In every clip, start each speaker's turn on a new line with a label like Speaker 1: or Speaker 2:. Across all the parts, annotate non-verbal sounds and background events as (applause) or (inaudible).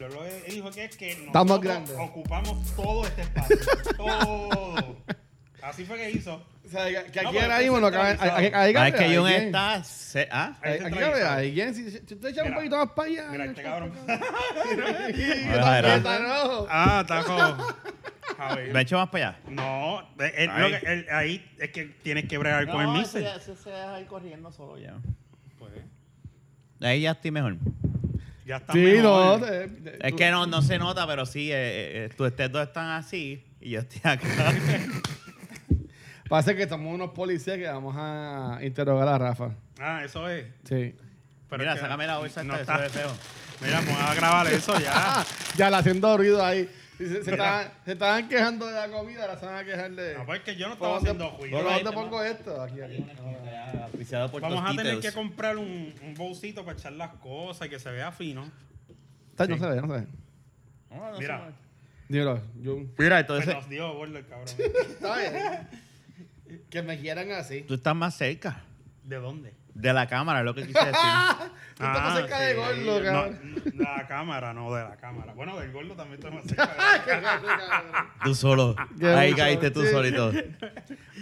Speaker 1: Yo lo que dijo que es que
Speaker 2: Estamos
Speaker 1: nosotros
Speaker 2: grandes.
Speaker 1: ocupamos todo este
Speaker 2: (laughs)
Speaker 1: espacio. todo. Así fue que hizo.
Speaker 2: O sea, que que
Speaker 1: No,
Speaker 2: aquí
Speaker 1: pero
Speaker 2: ahora
Speaker 1: es que
Speaker 2: mismo
Speaker 1: se
Speaker 2: no
Speaker 1: está
Speaker 2: cabe.
Speaker 1: avisado.
Speaker 2: Aquí, aquí,
Speaker 3: Ah,
Speaker 2: cabe
Speaker 3: es que John
Speaker 2: alguien.
Speaker 3: está. se- ah.
Speaker 1: Ahí
Speaker 2: Aquí
Speaker 1: está
Speaker 2: aquí cabe
Speaker 1: avisado.
Speaker 2: alguien. Si si- si tú echas un
Speaker 1: Mira.
Speaker 2: poquito más para allá.
Speaker 1: Mira,
Speaker 2: (laughs)
Speaker 1: este cabrón.
Speaker 3: Ah, era.
Speaker 2: Mira,
Speaker 1: ah, taco. Javier.
Speaker 3: Me echo más para allá.
Speaker 1: No, eh, eh, lo que- el- ahí es que tienes que bregar con el mister.
Speaker 3: se deja ir corriendo solo ya. Pues, Ahí ya estoy mejor.
Speaker 1: Ya está
Speaker 2: Sí, no. eh,
Speaker 1: mejor.
Speaker 2: te- te-
Speaker 3: Es que no, no se nota, pero sí, eh, eh, eh, tú- ustedes dos están así y yo estoy
Speaker 1: (laughs)
Speaker 3: acá.
Speaker 2: Pasa que estamos unos policías que vamos a interrogar a Rafa.
Speaker 1: Ah, eso es.
Speaker 2: Sí.
Speaker 1: Pero
Speaker 3: Mira,
Speaker 1: es que
Speaker 3: sácame la bolsa
Speaker 1: no
Speaker 3: esta,
Speaker 1: está.
Speaker 3: eso es feo.
Speaker 1: Mira, vamos a grabar eso
Speaker 2: (laughs)
Speaker 1: ya.
Speaker 2: Ah, Ya le haciendo ruido ahí. Y Se, se estaban, se estaban quejando de la comida, ahora se van a quejar de.
Speaker 1: No, porque yo no
Speaker 2: ¿Por
Speaker 1: estaba
Speaker 2: dónde-
Speaker 1: haciendo juicio.
Speaker 2: ¿Por dónde
Speaker 3: Ahí te
Speaker 2: pongo esto? Aquí, aquí.
Speaker 3: Auspiciado por
Speaker 1: Vamos a tener
Speaker 3: Tostitos.
Speaker 1: que comprar un, un bolsito para echar las cosas y que se vea fino.
Speaker 2: Está- No se ve, no se ve.
Speaker 3: No, no se
Speaker 1: Mira.
Speaker 3: mueve.
Speaker 2: Dímelo,
Speaker 1: (laughs)
Speaker 2: yo.
Speaker 3: Mira,
Speaker 1: Pues
Speaker 3: entonces
Speaker 1: nos dio gordo el
Speaker 2: (laughs)
Speaker 1: cabrón.
Speaker 2: Está bien. Que me quieran así.
Speaker 3: tú estás más cerca
Speaker 1: ¿De dónde?
Speaker 3: de la cámara, es lo que
Speaker 2: (laughs)
Speaker 3: quise decir.
Speaker 2: Tú estás más cerca de gordo,
Speaker 1: Ah, no,
Speaker 2: cabrón.
Speaker 1: no, de la cámara, no de la cámara. Bueno, del gordo también estoy más cerca. de
Speaker 2: (laughs)
Speaker 1: la
Speaker 2: (laughs) Qué raro, cabrón.
Speaker 3: Tú solo.
Speaker 1: Ah,
Speaker 2: Qué
Speaker 3: Ahí
Speaker 2: mucho,
Speaker 3: caíste tú
Speaker 2: sí.
Speaker 3: solito.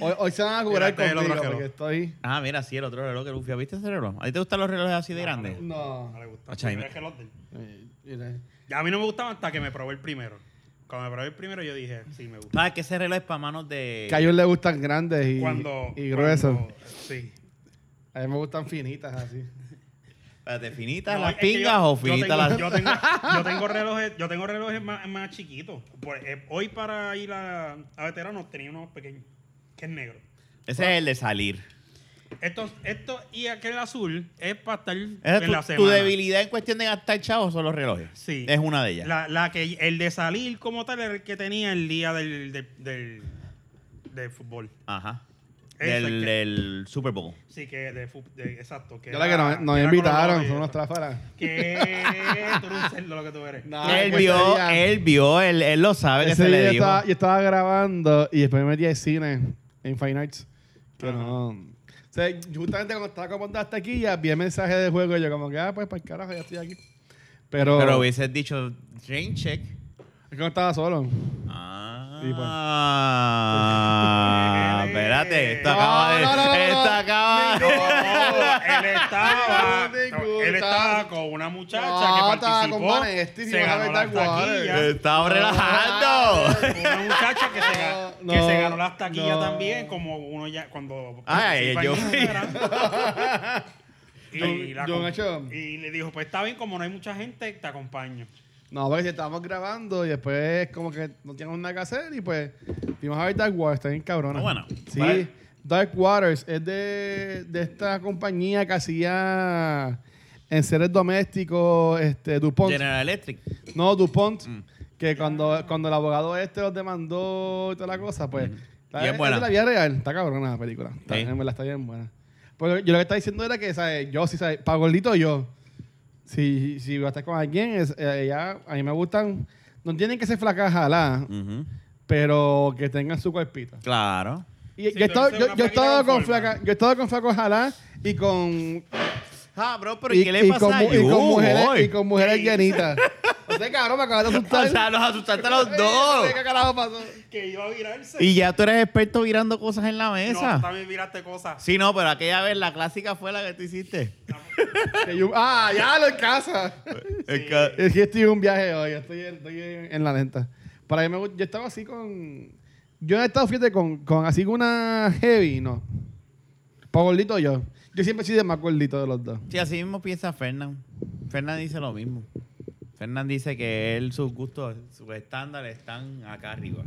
Speaker 2: Hoy, hoy se van a curar
Speaker 1: Mira, este es el
Speaker 2: conmigo
Speaker 1: otro
Speaker 2: porque estoy.
Speaker 3: Ah, mira, sí, el otro reloj que Luffy. ¿Viste ese reloj? ¿A ti te gustan los relojes así de grandes?
Speaker 1: cámara.
Speaker 2: No.
Speaker 1: No le gusta.
Speaker 3: Ocha, y me-
Speaker 1: Es que los del-
Speaker 2: Eh, mira.
Speaker 1: Ya a mí no me gustaba hasta que me probé el primero. Cuando me probé el primero yo dije, sí, me gusta.
Speaker 3: ¿Sabes que ese reloj Ah, es para manos de...
Speaker 2: Que a ellos les gustan grandes y,
Speaker 1: Cuando,
Speaker 2: y gruesos.
Speaker 1: cuando- sí.
Speaker 2: A mí me gustan finitas así.
Speaker 3: Espérate, ¿finitas
Speaker 1: No,
Speaker 3: las
Speaker 1: es que yo-
Speaker 3: pingas o
Speaker 1: yo tengo-
Speaker 3: finitas las...?
Speaker 1: Yo tengo, yo tengo relojes, yo tengo relojes más, más chiquitos. Pues, eh, hoy para ir a, a veteranos tenía uno pequeño, que es negro.
Speaker 3: Ese es el de salir.
Speaker 1: Esto, esto y aquel azul es para estar
Speaker 3: Esa
Speaker 1: en
Speaker 3: es tu,
Speaker 1: la
Speaker 3: tu
Speaker 1: semana.
Speaker 3: debilidad en cuestión de gastar chavos son los relojes.
Speaker 1: Sí.
Speaker 3: Es una de ellas.
Speaker 1: La, la que, el de salir como tal era el que tenía el día del, del, del, del fútbol.
Speaker 3: Ajá.
Speaker 1: Ese
Speaker 3: Del,
Speaker 1: que-
Speaker 3: del Super Bowl.
Speaker 1: Sí, que de, fu- de- exacto. Que
Speaker 2: Yo la que
Speaker 1: era-
Speaker 2: nos, nos
Speaker 1: que era
Speaker 2: invitaron,
Speaker 1: color
Speaker 2: son unos
Speaker 1: rojo
Speaker 2: tráfaras.
Speaker 1: y- Que tú eres un cerdo lo que tú eres.
Speaker 2: No, Ah,
Speaker 3: él,
Speaker 2: ese
Speaker 3: vio,
Speaker 2: día-
Speaker 3: él vio, él él lo sabe que
Speaker 2: Ese
Speaker 3: se
Speaker 2: día
Speaker 3: le
Speaker 2: yo
Speaker 3: dijo.
Speaker 2: estaba, yo estaba grabando y después me metí al cine en Fine Arts. Que no. O sea, justamente cuando estaba comprando las taquillas, vi el mensaje de juego y yo, como que, ah, pues para el carajo, ya estoy aquí. Pero,
Speaker 3: Pero hubieses dicho, rain check.
Speaker 2: es que no estaba solo. Sí, pues.
Speaker 3: Ah, (laughs) espérate, esto
Speaker 1: No,
Speaker 3: acaba de.
Speaker 2: no, no, no,
Speaker 3: esto
Speaker 2: no.
Speaker 3: acaba
Speaker 1: No, él estaba,
Speaker 2: No te gusta.
Speaker 1: él estaba con una muchacha
Speaker 2: No,
Speaker 1: que
Speaker 2: estaba con
Speaker 1: participó.
Speaker 2: Vanesti, si
Speaker 1: se
Speaker 2: vas a
Speaker 1: ganó
Speaker 2: ver
Speaker 1: las
Speaker 2: Dark Water.
Speaker 1: taquillas.
Speaker 3: de- Estaba
Speaker 2: Ah.
Speaker 3: relajando.
Speaker 1: Con Una muchacha que se,
Speaker 3: (laughs)
Speaker 1: ga-
Speaker 2: No,
Speaker 1: que
Speaker 2: no,
Speaker 1: se ganó las taquillas
Speaker 2: no.
Speaker 1: también, como uno ya cuando.
Speaker 3: Ay,
Speaker 1: participa en
Speaker 3: yo-
Speaker 1: Instagram.
Speaker 3: (laughs)
Speaker 1: y,
Speaker 2: Yo-
Speaker 1: la
Speaker 2: yo
Speaker 1: com-
Speaker 2: me echo-
Speaker 1: y le dijo: Pues está bien, como no hay mucha gente, te acompaño.
Speaker 2: No, porque si estábamos grabando y después como que no teníamos nada que hacer y pues vimos a ver Dark Waters, está bien cabrona.
Speaker 3: Ah, bueno.
Speaker 2: Sí,
Speaker 3: Vale.
Speaker 2: Dark Waters es de, de esta compañía que hacía enseres domésticos, este, DuPont.
Speaker 3: General Electric.
Speaker 2: No, DuPont,
Speaker 3: Mm.
Speaker 2: que cuando, cuando el abogado este los demandó y toda la cosa, pues...
Speaker 3: Y es
Speaker 2: es
Speaker 3: buena.
Speaker 2: de la vida real, está cabrona la película. Está,
Speaker 3: Sí.
Speaker 2: En verdad está bien buena. Pues yo lo que estaba diciendo era que, ¿sabes? Yo, si, ¿sabes? Para gordito, yo. Si, si vas a estar con alguien, es, eh, ya, a mí me gustan... No tienen que ser flacas, ojalá,
Speaker 3: Ujú.
Speaker 2: pero que tengan su cuerpito.
Speaker 3: Claro.
Speaker 1: Sí,
Speaker 2: Y, yo, he
Speaker 1: pero
Speaker 2: estado-
Speaker 1: esa es
Speaker 2: yo-
Speaker 1: una
Speaker 2: yo he
Speaker 1: flaquita
Speaker 2: estado con
Speaker 1: conforme.
Speaker 2: flaca, yo he estado con flacos, ojalá, y con
Speaker 3: Ah, bro, pero ¿y, qué le pasa
Speaker 2: con,
Speaker 3: a
Speaker 2: mu- y
Speaker 3: Yu
Speaker 2: con mujeres,
Speaker 3: hoy?
Speaker 2: y con mujeres
Speaker 1: Sí.
Speaker 2: llenitas. O sea, cabrón, me acabas de asustar.
Speaker 3: (laughs) O sea, los asustaste a los dos.
Speaker 2: ¿Qué carajo pasó?
Speaker 1: Que iba a virarse.
Speaker 3: Y ya tú eres experto virando cosas en la
Speaker 1: no, tú
Speaker 3: mesa.
Speaker 1: también viraste cosas.
Speaker 3: Sí, no, pero aquella vez la clásica fue la que tú hiciste.
Speaker 2: Que yo- ah, ya lo en casa.
Speaker 3: Es que-
Speaker 2: es que estoy en un viaje hoy, estoy, en- estoy en, en la lenta. Para mí me gu- yo estaba así con. Yo he estado, fíjate, con, con así con una heavy, no. Pa' gordito yo. Yo siempre he sido el más gordito de los dos. (laughs)
Speaker 3: Sí, así mismo piensa Fernán. Fernán dice lo mismo. Fernán dice que él, sus gustos, sus estándares están acá arriba.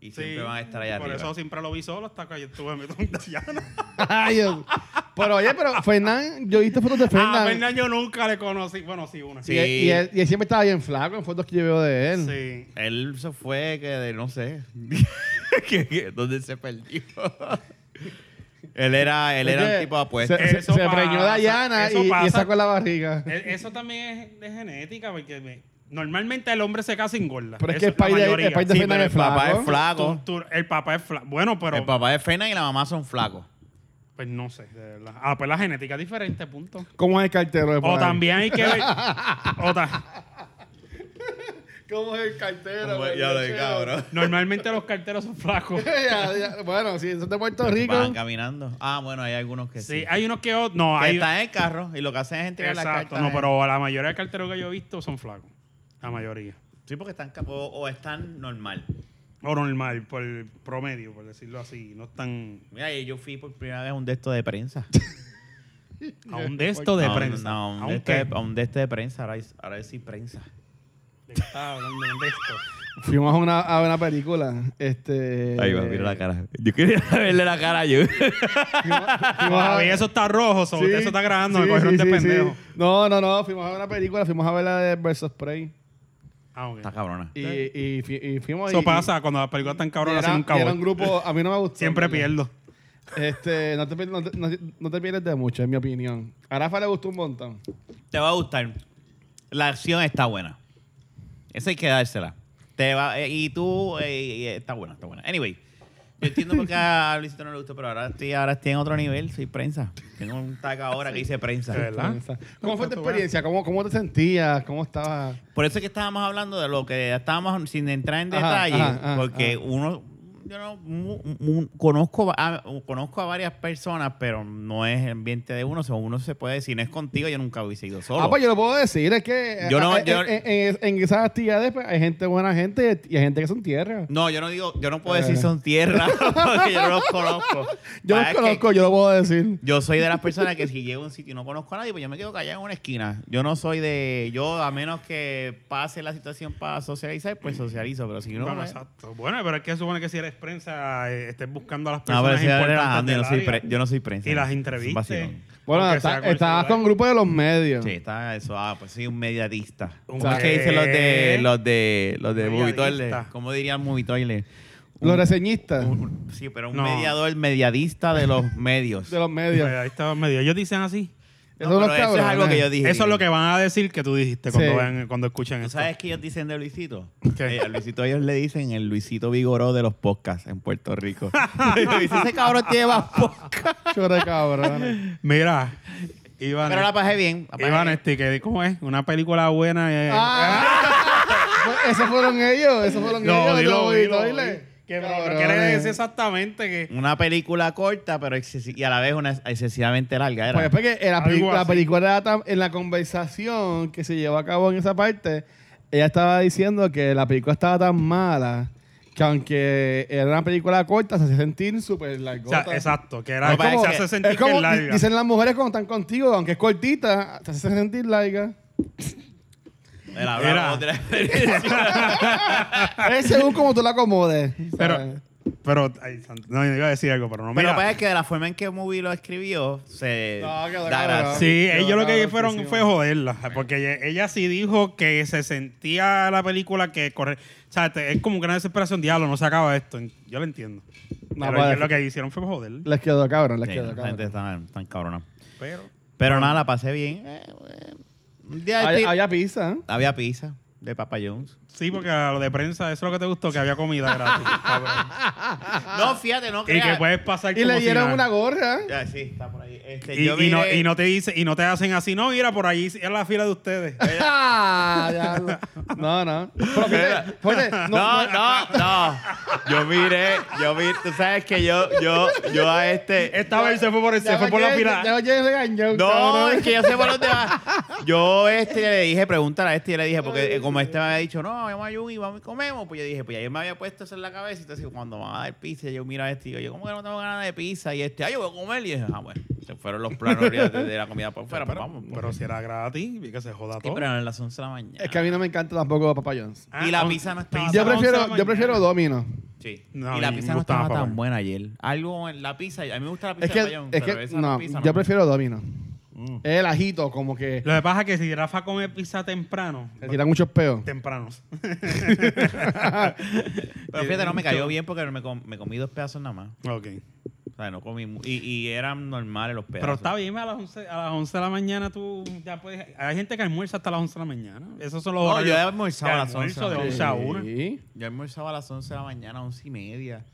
Speaker 3: Y
Speaker 1: Sí,
Speaker 3: siempre van a estar allá
Speaker 1: Por
Speaker 3: arriba.
Speaker 1: eso siempre lo vi solo hasta que yo estuve (laughs) metido en Diana.
Speaker 2: Ay, Dios. Pero oye, pero Fernán, yo he visto fotos de Fernán.
Speaker 1: A Fernan Ah, yo nunca le conocí. Bueno, sí, una.
Speaker 3: Ah, Sí.
Speaker 2: Y, él, y él- y él siempre estaba bien flaco en fotos que yo veo de él.
Speaker 1: Sí.
Speaker 3: Él se fue, que de, no sé. (laughs) que, que- ¿Dónde se perdió? (laughs) él era, él era
Speaker 2: Oye,
Speaker 3: un tipo apuesto.
Speaker 2: Se, se-
Speaker 1: Eso
Speaker 2: se preñó
Speaker 1: pasa,
Speaker 2: Dayana
Speaker 1: eso
Speaker 2: y, y
Speaker 1: pasa.
Speaker 2: sacó la barriga.
Speaker 1: El- E-, Eso también es de genética, porque me- normalmente el hombre se casa sin gorda.
Speaker 2: Pero es
Speaker 1: Eso
Speaker 2: que el país
Speaker 1: la
Speaker 2: de- el
Speaker 1: mayoría.
Speaker 2: país de
Speaker 3: Sí,
Speaker 2: Fernan
Speaker 3: pero el
Speaker 2: es
Speaker 3: papá
Speaker 2: flaco.
Speaker 3: es flaco.
Speaker 1: Tú- tú- el papá es flaco. Bueno, pero.
Speaker 3: El papá es Fernan y la mamá son flacos.
Speaker 1: Pues no sé, de verdad. Ah, pues la genética es diferente, punto.
Speaker 3: (laughs)
Speaker 2: ¿Cómo es el cartero de por
Speaker 1: O
Speaker 2: ahí?
Speaker 1: también hay que ver. o ta-
Speaker 2: ¿Cómo es el cartero?
Speaker 3: Como-
Speaker 2: güey?
Speaker 3: Ya lo dije, cabrón.
Speaker 1: Normalmente los carteros son flacos.
Speaker 2: (laughs) Ya, ya. bueno, si son de Puerto
Speaker 3: Pero
Speaker 2: Rico.
Speaker 3: Van caminando. Ah, bueno, hay algunos que sí.
Speaker 1: Sí, hay unos que otros. No,
Speaker 3: que
Speaker 1: hay.
Speaker 3: están en el carro y lo que hacen es entregar la
Speaker 1: Exacto,
Speaker 3: carta.
Speaker 1: no, pero la mayoría de carteros que yo he visto son flacos. La mayoría.
Speaker 3: Sí, porque están cap- o, o están normal.
Speaker 1: O normal, por el promedio, por decirlo así. No están
Speaker 3: Mira, y yo fui por primera vez a un de estos
Speaker 1: (laughs)
Speaker 3: de prensa.
Speaker 1: a un de esto de
Speaker 3: No,
Speaker 1: prensa.
Speaker 3: No, a un, de
Speaker 1: Aunque-
Speaker 3: este de- a un de este de prensa. Ahora, es- ahora es sin prensa.
Speaker 1: ¿De qué estaba hablando? ¿Un de
Speaker 3: (laughs)
Speaker 1: esto?
Speaker 2: Fuimos a una, a una película.
Speaker 3: Eh,
Speaker 2: Este,
Speaker 3: cara. Yo quería verle la cara yo.
Speaker 2: Fuimos, fuimos
Speaker 1: Ah,
Speaker 2: a-
Speaker 1: y eso está rojo, so-
Speaker 2: Sí,
Speaker 1: eso está grabando, me
Speaker 2: sí,
Speaker 1: cogieron
Speaker 2: sí,
Speaker 1: de
Speaker 2: sí,
Speaker 1: pendejo.
Speaker 2: sí. No, no, no. Fuimos a ver una película. Fuimos a ver la de Versus Prey.
Speaker 1: Ah, ok.
Speaker 3: (laughs) Está cabrona.
Speaker 2: Y, y, fui- y fuimos
Speaker 1: Eso
Speaker 2: y-
Speaker 1: pasa cuando las películas están
Speaker 2: y
Speaker 1: cabronas,
Speaker 2: era,
Speaker 1: hacen un
Speaker 2: y era un
Speaker 1: cabrón.
Speaker 2: grupo, a mí no me gustó.
Speaker 1: Siempre
Speaker 2: ¿verdad?
Speaker 1: pierdo.
Speaker 2: Este, no te, pier- no, te, no te- no te pierdes de mucho, en mi opinión. A Rafa le gustó un montón.
Speaker 3: Te va a gustar. La acción está buena. Esa hay que dársela. Te va, eh, y tú, eh, y- y está buena, está buena. Anyway, yo entiendo por qué a Luisito no le gustó, pero ahora estoy, ahora estoy en otro nivel, soy prensa. Tengo un tag ahora que dice prensa.
Speaker 1: De verdad.
Speaker 2: ¿Cómo fue
Speaker 1: ¿Ah? pues, Tú ves.
Speaker 2: tu experiencia? ¿Cómo, cómo te sentías? ¿Cómo estabas?
Speaker 3: Por eso es que estábamos hablando de lo que estábamos sin entrar en
Speaker 2: Ajá,
Speaker 3: detalle,
Speaker 2: ajá, ajá,
Speaker 3: porque
Speaker 2: ajá.
Speaker 3: uno yo no mu- mu- conozco a, conozco a varias personas, pero no es el ambiente de uno, o sea, uno se puede decir, no es contigo, yo nunca hubiese ido solo.
Speaker 2: Ah, pues yo lo puedo decir, es que
Speaker 3: Yo no-
Speaker 2: eh,
Speaker 3: yo-
Speaker 2: eh, en, en- en esas actividades pues, hay gente buena gente y hay gente que son tierra.
Speaker 3: No, yo no digo, yo no puedo
Speaker 2: Eh.
Speaker 3: decir son tierra, (laughs) porque yo no los conozco.
Speaker 2: Yo los
Speaker 3: Para que-
Speaker 2: conozco, yo lo puedo decir.
Speaker 3: Yo soy de las personas que si llego a un sitio y no conozco a nadie, pues yo me quedo callado en una esquina. Yo no soy de, yo a menos que pase la situación para socializar, pues socializo, pero si no...
Speaker 1: bueno,
Speaker 3: pues-
Speaker 1: exacto. Bueno, pero es que supone que si eres prensa, eh, estés buscando a las
Speaker 3: No, pero
Speaker 1: personas
Speaker 3: si era
Speaker 1: importantes
Speaker 3: relajando, yo
Speaker 1: del
Speaker 3: no soy,
Speaker 1: área.
Speaker 3: pre- yo no soy prensa.
Speaker 1: Y las
Speaker 3: Es un
Speaker 1: entrevistas.
Speaker 3: vacilón.
Speaker 2: Bueno,
Speaker 1: Aunque
Speaker 2: está-
Speaker 1: sea con el
Speaker 2: estabas con
Speaker 1: celular.
Speaker 2: grupos de los medios.
Speaker 3: Sí, está eso. Ah, pues soy un mediatista.
Speaker 1: Un
Speaker 3: ¿Cómo es que dicen los de
Speaker 1: qué?
Speaker 3: los de los de Movie
Speaker 1: Mediadista.
Speaker 3: Toilet? ¿Cómo dirían Movie Toilet? Un-
Speaker 2: Los reseñistas
Speaker 3: un- un- sí, pero un
Speaker 1: No.
Speaker 3: mediador mediadista de los
Speaker 2: (laughs)
Speaker 3: medios.
Speaker 2: de los medios.
Speaker 1: Pues ahí está medio. Ellos dicen así.
Speaker 3: No,
Speaker 2: Esos son los
Speaker 3: pero eso es
Speaker 2: cabrones.
Speaker 3: algo que yo dije.
Speaker 1: Eso es lo que van a decir que tú dijiste cuando,
Speaker 2: Sí.
Speaker 1: vean- cuando escuchen
Speaker 3: ¿Tú
Speaker 1: eso.
Speaker 3: sabes qué ellos dicen de Luisito?
Speaker 1: ¿Qué?
Speaker 3: Eh, a Luisito ellos le dicen el Luisito Vigoró de los podcasts en
Speaker 1: (laughs)
Speaker 3: Puerto Rico. Yo, "Luis, ese cabrón tiene más podcasts.
Speaker 2: Chorre de
Speaker 3: (laughs)
Speaker 2: cabrones.
Speaker 1: Mira, Iván.
Speaker 3: Pero la pasé bien. la pasé
Speaker 1: Iván,
Speaker 3: bien.
Speaker 1: este, que, ¿cómo es? Una película buena. eh.
Speaker 2: Ah, esos fueron ellos, esos fueron
Speaker 1: No,
Speaker 2: ellos.
Speaker 1: dilo,
Speaker 2: los
Speaker 1: dilo,
Speaker 2: Beatles.
Speaker 1: dilo. Que no- no
Speaker 2: Cabrones.
Speaker 1: quiere decir exactamente que.
Speaker 3: Una película corta, pero excesi- y a la vez una excesivamente larga. Era.
Speaker 2: Pues después que en la,
Speaker 1: Algo
Speaker 2: pelicu- la
Speaker 1: así.
Speaker 2: película era tan- en la conversación que se llevó a cabo en esa parte, ella estaba diciendo que la película estaba tan mala que aunque era una película corta, se hacía sentir súper
Speaker 1: O
Speaker 2: largota.
Speaker 1: sea, exacto, que era
Speaker 3: No,
Speaker 1: que
Speaker 3: como
Speaker 1: se
Speaker 3: que-
Speaker 1: hace sentir
Speaker 2: Es como
Speaker 1: que es
Speaker 2: di-
Speaker 1: larga.
Speaker 2: dicen las mujeres cuando están contigo, aunque es cortita, se hace
Speaker 1: (laughs)
Speaker 2: sentir larga.
Speaker 3: Era,
Speaker 1: pues, Era. (laughs) Pues
Speaker 3: otra experiencia.
Speaker 2: es según como tú la acomodes.
Speaker 1: Pero,
Speaker 2: ¿sabes?
Speaker 1: pero, ay, santo, no, yo iba a decir algo, pero no.
Speaker 3: Pero
Speaker 1: Mira,
Speaker 3: lo que pasa pues es que de la forma en que Movie lo escribió, se
Speaker 2: No, quedó
Speaker 3: da
Speaker 2: cabrón.
Speaker 3: gracia.
Speaker 1: sí,
Speaker 2: Yo,
Speaker 1: ellos lo que
Speaker 2: cabrón,
Speaker 1: fueron
Speaker 2: sí, sí,
Speaker 1: fue
Speaker 2: bueno.
Speaker 1: joderla, porque ella, ella sí dijo que se sentía la película que corre, o sea, te- es como que una desesperación, diablo, no se acaba esto, yo lo entiendo.
Speaker 2: No,
Speaker 1: pero
Speaker 2: para-
Speaker 1: ellos lo que hicieron fue joder,
Speaker 2: Les quedó cabrón, les
Speaker 3: Sí,
Speaker 2: quedó
Speaker 3: la
Speaker 2: cabrón.
Speaker 3: gente está tan cabrona.
Speaker 1: pero
Speaker 3: Pero nada, la pasé bien. Eh, eh, un día
Speaker 2: Hay-
Speaker 3: estoy-
Speaker 2: Había pizza. ¿eh?
Speaker 3: Había pizza de Papa Jones.
Speaker 1: sí, porque a lo de prensa eso es lo que te gustó, que había comida gratis. cabrón.
Speaker 2: Ah.
Speaker 3: No, fíate, no
Speaker 1: y
Speaker 3: creas.
Speaker 1: que puedes pasar
Speaker 2: Y
Speaker 1: como
Speaker 2: le
Speaker 1: si
Speaker 2: dieron
Speaker 1: nada.
Speaker 2: una gorra.
Speaker 3: Ya, sí, está por ahí. Este,
Speaker 1: y,
Speaker 3: yo
Speaker 1: y no,
Speaker 3: miré-
Speaker 1: y no te dice, y no te hacen así, no, mira, por ahí es la fila de ustedes.
Speaker 2: Ah, (laughs) ya lo- no,
Speaker 1: (laughs)
Speaker 2: no. Pero fíjate, fíjate, no,
Speaker 3: No, no, no. Yo miré, yo miré. Tú sabes que yo, yo, yo a este.
Speaker 1: Esta
Speaker 2: (laughs)
Speaker 1: vez se fue por, se fue por la fila.
Speaker 2: Ya oye regañón,
Speaker 3: No,
Speaker 2: cabrón.
Speaker 3: es que yo sé por dónde va. Yo este le dije, pregúntale a este y le dije, porque eh, como este me había dicho, no, vamos a Yugi, vamos y comemos, pues yo dije, pues ya yo me había puesto eso en la cabeza, entonces cuando me van a dar pizza, yo miro a este y digo, yo como que no tengo ganas de pizza, y este, ay, yo voy a comer, y dije, ah, bueno, se fueron los planos de, de la comida por fuera, pues vamos. pues.
Speaker 1: Pero si era gratis, vi que se joda
Speaker 3: Sí,
Speaker 1: todo.
Speaker 3: pero eran las 11 de la mañana.
Speaker 2: Es que a mí no me encanta tampoco Papa John's.
Speaker 1: Ah,
Speaker 3: y la
Speaker 1: on-
Speaker 3: pizza no estaba
Speaker 1: pizza
Speaker 2: Yo
Speaker 1: a las once de
Speaker 2: prefiero,
Speaker 1: la
Speaker 2: yo
Speaker 1: mañana.
Speaker 2: prefiero Domino.
Speaker 3: Sí.
Speaker 1: No,
Speaker 3: y la
Speaker 1: me
Speaker 3: pizza no
Speaker 1: gustaba
Speaker 3: estaba
Speaker 1: Papa
Speaker 3: tan
Speaker 1: John's.
Speaker 3: buena ayer. Algo en la pizza, a mí me gusta la pizza
Speaker 2: Es que,
Speaker 3: de Papa John's,
Speaker 2: es
Speaker 3: pero
Speaker 2: que
Speaker 3: esa
Speaker 2: no,
Speaker 3: pizza
Speaker 2: yo
Speaker 3: me-
Speaker 2: prefiero Domino. El ajito, como que
Speaker 1: Lo que pasa es que si Rafa come pizza temprano,
Speaker 2: le tiran muchos peos.
Speaker 1: temprano.
Speaker 3: Pero fíjate,
Speaker 2: eh,
Speaker 3: no me cayó bien porque me, com- me comí dos pedazos nada más.
Speaker 1: Ok.
Speaker 3: O sea, no comí. mu- Y, y eran normales los pedazos.
Speaker 1: Pero está bien, a las, 11, a las 11 de la mañana tú ya puedes... Hay gente que almuerza hasta las 11 de la mañana. Esos son los
Speaker 3: No,
Speaker 1: horarios
Speaker 3: yo he almorzado
Speaker 1: de
Speaker 3: a las 11 de la
Speaker 1: almuerzo,
Speaker 3: mañana.
Speaker 1: de 11 a 1.
Speaker 2: Sí.
Speaker 3: Yo almorzaba a las 11 de la mañana, 11 y media.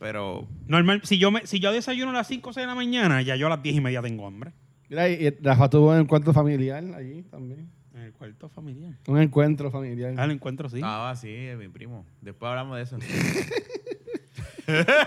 Speaker 3: Pero.
Speaker 1: Normal, si yo, me, si yo desayuno a las 5 o 6 de la mañana, ya yo a las 10 y media tengo hambre.
Speaker 2: Mira, y y Rafa tuvo un encuentro familiar allí también.
Speaker 1: En el el cuarto familiar.
Speaker 2: Un encuentro familiar.
Speaker 1: Ah, el encuentro sí.
Speaker 3: Ah, sí, es mi primo. Después hablamos de eso. (laughs)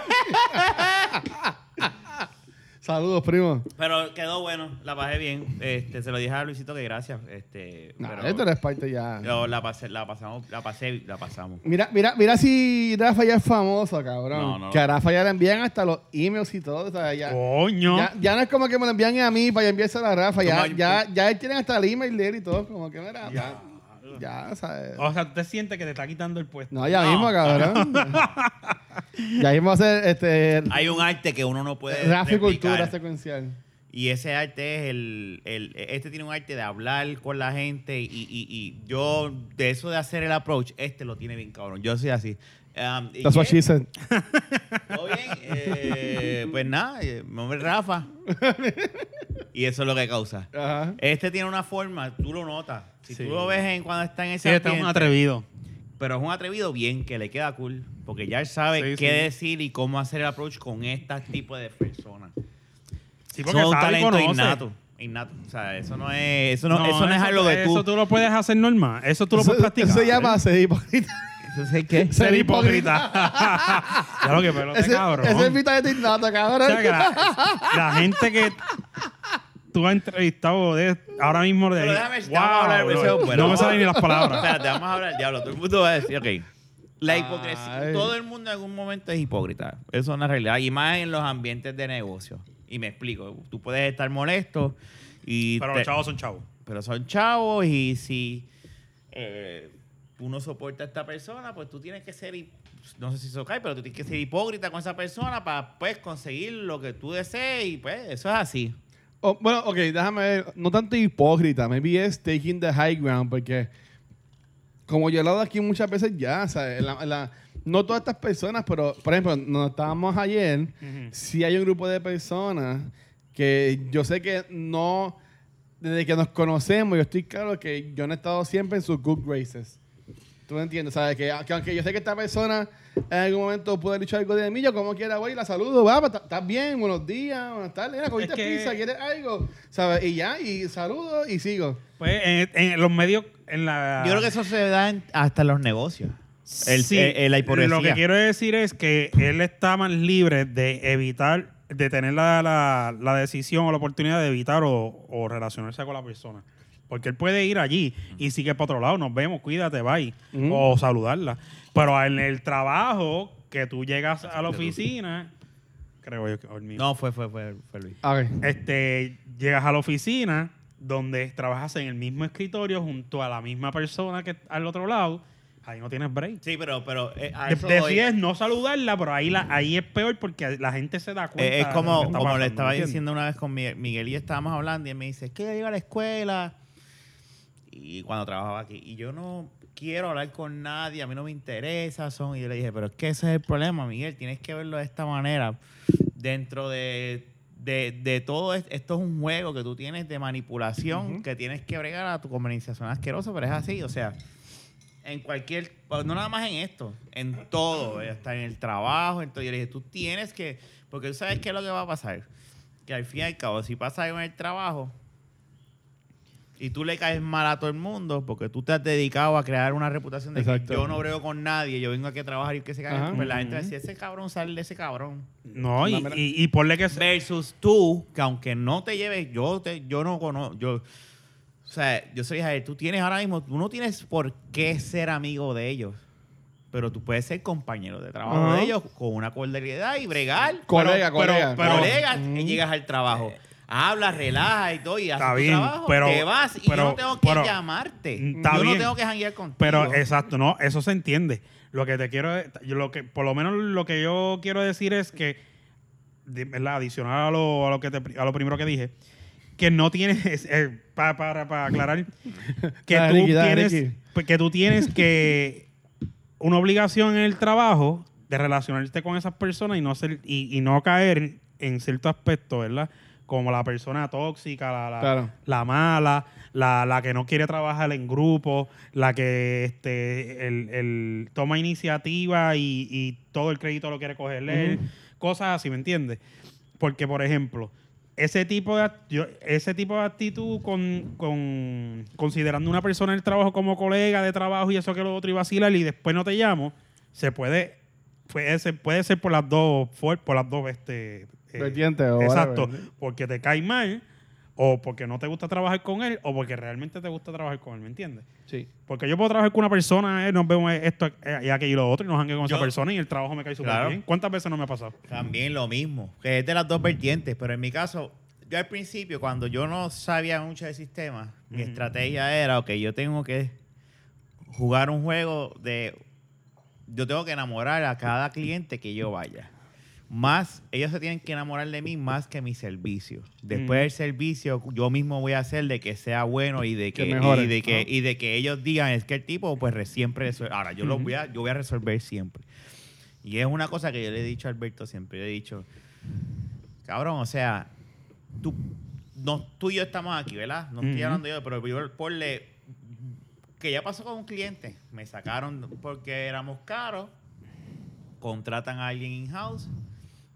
Speaker 2: Saludos, primo.
Speaker 3: Pero quedó bueno, la pasé bien. Este, se lo dije a Luisito que gracias. Este,
Speaker 2: Nah,
Speaker 3: pero-
Speaker 2: esto era parte ya.
Speaker 3: pero la pasé, la pasamos, la pasé, la pasamos.
Speaker 2: Mira, mira, mira si Rafa ya es famoso, cabrón.
Speaker 3: No, no.
Speaker 2: Que a Rafa ya le envían hasta los emails y todo. O sea, ya,
Speaker 1: Oh, Coño.
Speaker 2: ya, ya no es como que me lo envían a mí para enviárselo a Rafa. Ya,
Speaker 3: Toma,
Speaker 2: ya, ya él tiene hasta el email de él y todo. Como que mira,
Speaker 1: Ya. Oh.
Speaker 2: ya, ya ¿sabes?
Speaker 1: O sea, tú te sientes que te está quitando el puesto.
Speaker 2: No, ya
Speaker 3: No.
Speaker 2: mismo, cabrón. ya mismo hacer este
Speaker 3: Hay un arte que uno no puede
Speaker 2: Rafa y cultura
Speaker 3: replicar.
Speaker 2: secuencial.
Speaker 3: Y ese arte es el, el- Este tiene un arte de hablar con la gente. Y, y- y yo, de eso de hacer el approach, este lo tiene bien cabrón. Yo soy así. Um, y
Speaker 2: That's what
Speaker 3: qué?
Speaker 2: she said.
Speaker 3: ¿Todo bien? Eh, pues nada, eh, mi nombre es
Speaker 2: (laughs)
Speaker 3: Rafa. Y eso es lo que causa.
Speaker 2: Ajá.
Speaker 3: Este tiene una forma, tú lo notas. Si
Speaker 1: Sí.
Speaker 3: tú lo ves en cuando está en ese
Speaker 1: Sí, está un
Speaker 3: ambiente,
Speaker 1: atrevido.
Speaker 3: pero es un atrevido bien, que le queda cool, porque ya él sabe
Speaker 1: Sí,
Speaker 3: qué
Speaker 1: sí.
Speaker 3: decir y cómo hacer el approach con este tipo de personas.
Speaker 1: Sí,
Speaker 3: Son
Speaker 1: porque
Speaker 3: un
Speaker 1: sabe y
Speaker 3: talento
Speaker 1: conoce.
Speaker 3: innato, innato. O sea, eso no es, eso no, eso no es algo de tú.
Speaker 1: Eso tú lo puedes hacer normal. Eso tú lo puedes
Speaker 2: Eso-
Speaker 1: practicar.
Speaker 2: Eso se llama ser hipócrita.
Speaker 3: Entonces, ¿qué?
Speaker 1: ser hipócrita. (laughs) ya lo que pelota,
Speaker 2: Ese
Speaker 1: cabrón.
Speaker 2: ese es mitad de tindato,
Speaker 1: O
Speaker 2: cabrón.
Speaker 1: sea, que la, la gente que tú has entrevistado de, ahora mismo de
Speaker 3: Pero
Speaker 1: ahí,
Speaker 3: déjame- vamos a hablar de
Speaker 1: bro,
Speaker 3: eso,
Speaker 1: no
Speaker 3: bueno.
Speaker 1: me salen ni las palabras.
Speaker 3: Espérate, vamos a hablar, diablo, todo el mundo va a decir, ok. La hipocresía,
Speaker 2: Ay.
Speaker 3: todo el mundo en algún momento es hipócrita. Eso es una realidad. Y más en los ambientes de negocio. Y me explico, tú puedes estar molesto y...
Speaker 1: Pero
Speaker 3: te-
Speaker 1: los chavos son chavos.
Speaker 3: pero son chavos y si eh, tú no soportas a esta persona, pues tú tienes que ser, hip- no sé si eso cae, pero tú tienes que ser hipócrita con esa persona para pues conseguir lo que tú desees y pues eso es así.
Speaker 2: O- Oh, bueno, ok, déjame ver. No tanto hipócrita, maybe es taking the high ground, porque como yo he hablado aquí muchas veces ya, ¿sabes? La- la- no todas estas personas, pero por ejemplo, nos estábamos ayer, si hay un grupo de personas que yo sé que no, desde que nos conocemos, yo estoy claro que yo no he estado siempre en sus good graces. ¿Tú me entiendes? ¿Sabes? Que, que aunque yo sé que esta persona en algún momento pudo haber dicho algo de mí, yo como quiera voy y la saludo. Va, pa, ¿Estás bien? Buenos días, buenas tardes. Mira, ¿Comiste
Speaker 1: Es que-
Speaker 2: pizza? ¿Quieres algo? ¿Sabes? Y ya, y saludo y sigo.
Speaker 1: Pues en, en los medios, en la...
Speaker 3: Yo creo que eso se da en- hasta en los negocios. El,
Speaker 1: Sí,
Speaker 3: el- el- la hipocresía.
Speaker 1: Lo que quiero decir es que él está más libre de evitar, de tener la, la- la decisión o la oportunidad de evitar o, o relacionarse con la persona. Porque él puede ir allí y sigue para otro lado, nos vemos, cuídate, bye. O saludarla. Pero en el trabajo que tú llegas a la oficina, creo yo que o el mío.
Speaker 3: No, fue, fue, fue, fue Luis.
Speaker 2: A ver.
Speaker 1: Este, llegas a la oficina donde trabajas en el mismo escritorio junto a la misma persona que al otro lado, ahí no tienes break.
Speaker 3: Sí, pero, pero eh, a
Speaker 1: De-
Speaker 3: eso voy.
Speaker 1: decides no saludarla, pero ahí, la, ahí es peor porque la gente se da cuenta.
Speaker 3: Eh, es
Speaker 1: de
Speaker 3: como,
Speaker 1: lo que está
Speaker 3: como le
Speaker 1: pasando,
Speaker 3: estaba
Speaker 1: ¿entiendes?
Speaker 3: diciendo una vez con Miguel, Miguel y yo estábamos hablando y él me dice, es que yo iba a la escuela y cuando trabajaba aquí y yo no quiero hablar con nadie, a mí no me interesa, son y yo le dije, pero es que ese es el problema, Miguel, tienes que verlo de esta manera. Dentro de, de, de todo es- esto es un juego que tú tienes de manipulación, que tienes que bregar a tu conversación asquerosa, pero es así, o sea, en cualquier, pues, no nada más en esto, en todo, eh, hasta en el trabajo. Entonces yo le dije, tú tienes que, porque tú sabes qué es lo que va a pasar. Que al fin y al cabo, si pasa algo en el trabajo y tú le caes mal a todo el mundo, porque tú te has dedicado a crear una reputación de
Speaker 2: Exacto.
Speaker 3: que yo no brego con nadie, yo vengo aquí a trabajar y que se
Speaker 2: Ajá.
Speaker 3: cagan, pues la gente va a decir, ese cabrón sale de ese cabrón.
Speaker 1: No, y,
Speaker 2: No, mira.
Speaker 1: y, y ponle que. se-
Speaker 3: Versus tú, que aunque no te lleves, yo te, yo no conozco, yo, o sea, yo soy Javier, tú tienes ahora mismo, tú no tienes por qué ser amigo de ellos, pero tú puedes ser compañero de trabajo
Speaker 2: Ajá.
Speaker 3: de ellos con una cordialidad y bregar.
Speaker 2: Colega,
Speaker 1: pero-
Speaker 2: colega.
Speaker 1: pero-
Speaker 3: Colegas, y llegas al trabajo, hablas, relajas y todo, y haces
Speaker 1: Mm. Eh. Está
Speaker 3: tu
Speaker 1: bien,
Speaker 3: trabajo,
Speaker 1: pero-
Speaker 3: te vas y
Speaker 1: pero-
Speaker 3: yo no tengo que
Speaker 1: pero- mm,
Speaker 3: llamarte,
Speaker 1: Está
Speaker 3: yo
Speaker 1: bien,
Speaker 3: no tengo que janguear contigo.
Speaker 1: Pero exacto, no, eso se entiende. Lo que te quiero. es- yo Lo que, por lo menos lo que yo quiero decir es que. de- ¿Verdad? Adicional a lo, a lo, que te- a lo primero que dije. Que no tienes. (laughs) eh, pa- para, para
Speaker 2: (laughs)
Speaker 1: aclarar. Que
Speaker 2: Dale,
Speaker 1: tú
Speaker 2: Ricky, dale,
Speaker 1: tienes.
Speaker 2: Ricky.
Speaker 1: pues, Que tú tienes que. Una obligación en el trabajo de relacionarte con esas personas y no ser, y, y no caer en cierto aspecto, ¿verdad? Como la persona tóxica, la, la-
Speaker 2: Claro.
Speaker 1: la mala, la, la que no quiere trabajar en grupo, la que este, el, el toma iniciativa y, y todo el crédito lo quiere cogerle, él, cosas así, ¿me entiendes? Porque, por ejemplo, ese tipo de act- yo- ese tipo de actitud con, con- considerando una persona en el trabajo como colega de trabajo y eso que lo otro y vacilar y después no te llamo se puede puede ser, puede ser por las dos for- por las dos este eh,
Speaker 2: Vertientes o
Speaker 1: exacto
Speaker 2: whatever.
Speaker 1: porque te cae mal o porque no te gusta trabajar con él o porque realmente te gusta trabajar con él ¿me entiendes?
Speaker 2: Sí.
Speaker 1: Porque yo puedo trabajar con una persona, eh, nos vemos esto eh, y aquello y lo otro, y nos hangue con
Speaker 3: Yo-
Speaker 1: esa persona y el trabajo me cae súper
Speaker 3: Claro.
Speaker 1: bien. ¿Cuántas veces no me ha pasado?
Speaker 3: También lo mismo, que es de las dos vertientes, pero en mi caso, yo al principio, cuando yo no sabía mucho de sistemas, mi
Speaker 1: Ujú.
Speaker 3: estrategia era, ok, yo tengo que jugar un juego de... Yo tengo que enamorar a cada cliente que yo vaya. Más, ellos se tienen que enamorar de mí más que mi servicio. Después
Speaker 1: Ujú.
Speaker 3: del servicio, yo mismo voy a hacer de que sea bueno y de que,
Speaker 2: Que mejore,
Speaker 3: y de que,
Speaker 2: ajá.
Speaker 3: y de que ellos digan, es que el tipo pues re- siempre resuelve. Ahora, yo lo
Speaker 1: Ujú.
Speaker 3: voy a, yo voy a resolver siempre. Y es una cosa que yo le he dicho a Alberto siempre. Yo he dicho, cabrón, o sea, tú, no, tú y yo estamos aquí, ¿verdad? No estoy
Speaker 1: Ujú.
Speaker 3: hablando yo, pero yo ponle que ya pasó con un cliente. Me sacaron porque éramos caros. Contratan a alguien in-house.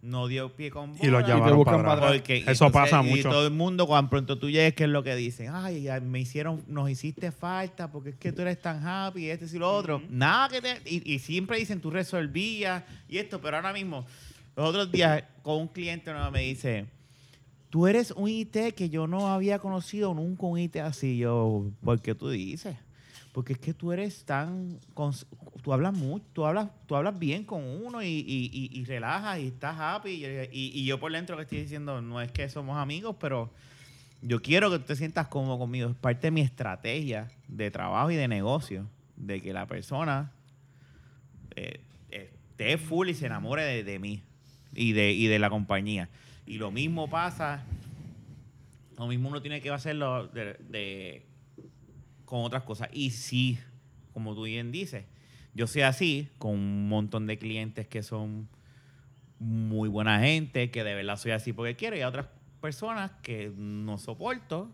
Speaker 3: No dio pie con
Speaker 1: Y lo
Speaker 3: bola.
Speaker 1: llamaron
Speaker 2: buscan
Speaker 1: para
Speaker 2: para
Speaker 1: atrás.
Speaker 3: Porque- y
Speaker 1: Eso
Speaker 3: entonces-
Speaker 1: pasa
Speaker 3: Y
Speaker 1: mucho.
Speaker 3: todo el mundo, cuando pronto tú llegues, que es lo que dicen? Ay, ya me hicieron, nos hiciste falta porque es que tú eres tan happy, este y lo otro. Nada que te. Y, y siempre dicen, tú resolvías y esto, pero ahora mismo, los otros días, con un cliente nuevo me dice. Tú eres un IT que yo no había conocido nunca un IT así. Yo, ¿por qué tú dices? Porque es que tú eres tan... cons- Tú hablas mucho, tú hablas, tú hablas bien con uno y, y- y- y relajas y estás happy. Y, y- y yo por dentro que estoy diciendo, no es que somos amigos, pero yo quiero que tú te sientas cómodo conmigo. Es parte de mi estrategia de trabajo y de negocio, de que la persona eh, esté full y se enamore de, de mí y de, y de la compañía. Y lo mismo pasa, lo mismo uno tiene que hacerlo de- de con otras cosas. Y sí, como tú bien dices, yo soy así con un montón de clientes que son muy buena gente, que de verdad soy así porque quiero, y hay otras personas que no soporto,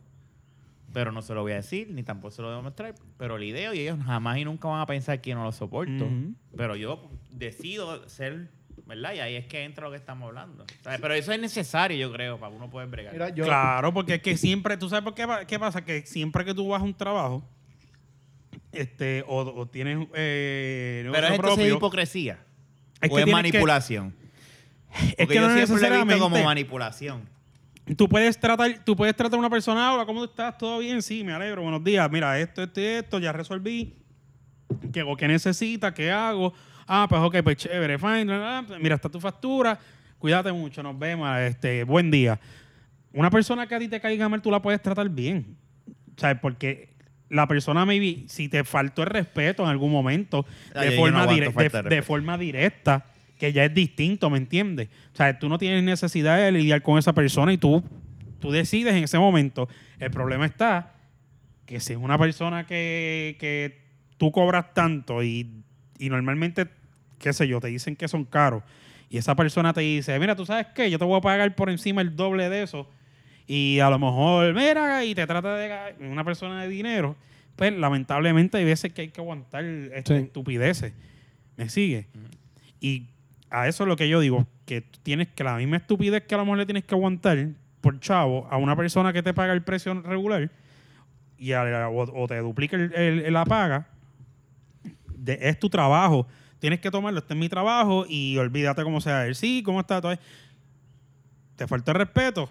Speaker 3: pero no se lo voy a decir, ni tampoco se lo voy a mostrar, pero idea y ellos jamás y nunca van a pensar que no lo soporto.
Speaker 1: Ujú.
Speaker 3: Pero yo decido ser, ¿verdad? Y ahí es que entra lo que estamos hablando. O sea, Pero eso es necesario, yo creo, para uno poder bregar.
Speaker 2: Mira, yo,
Speaker 1: Claro, porque es que siempre, ¿tú sabes por qué, pa- qué pasa? Que siempre que tú vas a un trabajo, este, o, o tienes eh,
Speaker 3: pero
Speaker 1: negocio
Speaker 3: entonces es
Speaker 1: propio,
Speaker 3: hipocresía.
Speaker 1: Es
Speaker 3: o
Speaker 1: que tienes
Speaker 3: es
Speaker 1: que-
Speaker 3: manipulación.
Speaker 1: es
Speaker 3: Porque
Speaker 1: que
Speaker 3: yo
Speaker 1: no
Speaker 3: siempre lo he
Speaker 1: necesariamente
Speaker 3: visto como manipulación.
Speaker 1: tú puedes tratar, tú puedes tratar a una persona, hola, ¿cómo tú estás? ¿Todo bien? Sí, me alegro, buenos días. Mira, esto, esto y esto, ya resolví. ¿Qué, o ¿Qué necesita? ¿Qué hago? Ah, pues ok, pues chévere, fine. ah, pues Mira, está tu factura. Cuídate mucho, nos vemos. Este, buen día. Una persona que a ti te caiga mal, tú la puedes tratar bien. ¿Sabes? Porque la persona, maybe, si te faltó el respeto en algún momento,
Speaker 3: Ay,
Speaker 1: de,
Speaker 3: yo no
Speaker 1: forma
Speaker 3: aguanto
Speaker 1: direc-
Speaker 3: falta de
Speaker 1: de, de
Speaker 3: respeto.
Speaker 1: forma directa, que ya es distinto, ¿me entiendes? O sea, tú no tienes necesidad de lidiar con esa persona y tú, tú decides en ese momento. El problema está que si es una persona que, que tú cobras tanto y, y normalmente, qué sé yo, te dicen que son caros y esa persona te dice, mira, tú sabes qué, yo te voy a pagar por encima el doble de eso y a lo mejor, mira, y te trata de ga- una persona de dinero, pues lamentablemente hay veces que hay que aguantar estas
Speaker 2: Sí.
Speaker 1: estupideces. ¿Me sigue? Y a eso es lo que yo digo, que tú tienes que la misma estupidez que a lo mejor le tienes que aguantar por chavo a una persona que te paga el precio regular y a la- o, o te duplica el- el- la paga, de- es tu trabajo. Tienes que tomarlo, este es mi trabajo y olvídate cómo sea él. Sí, cómo está. Todo eso. Te falta el respeto.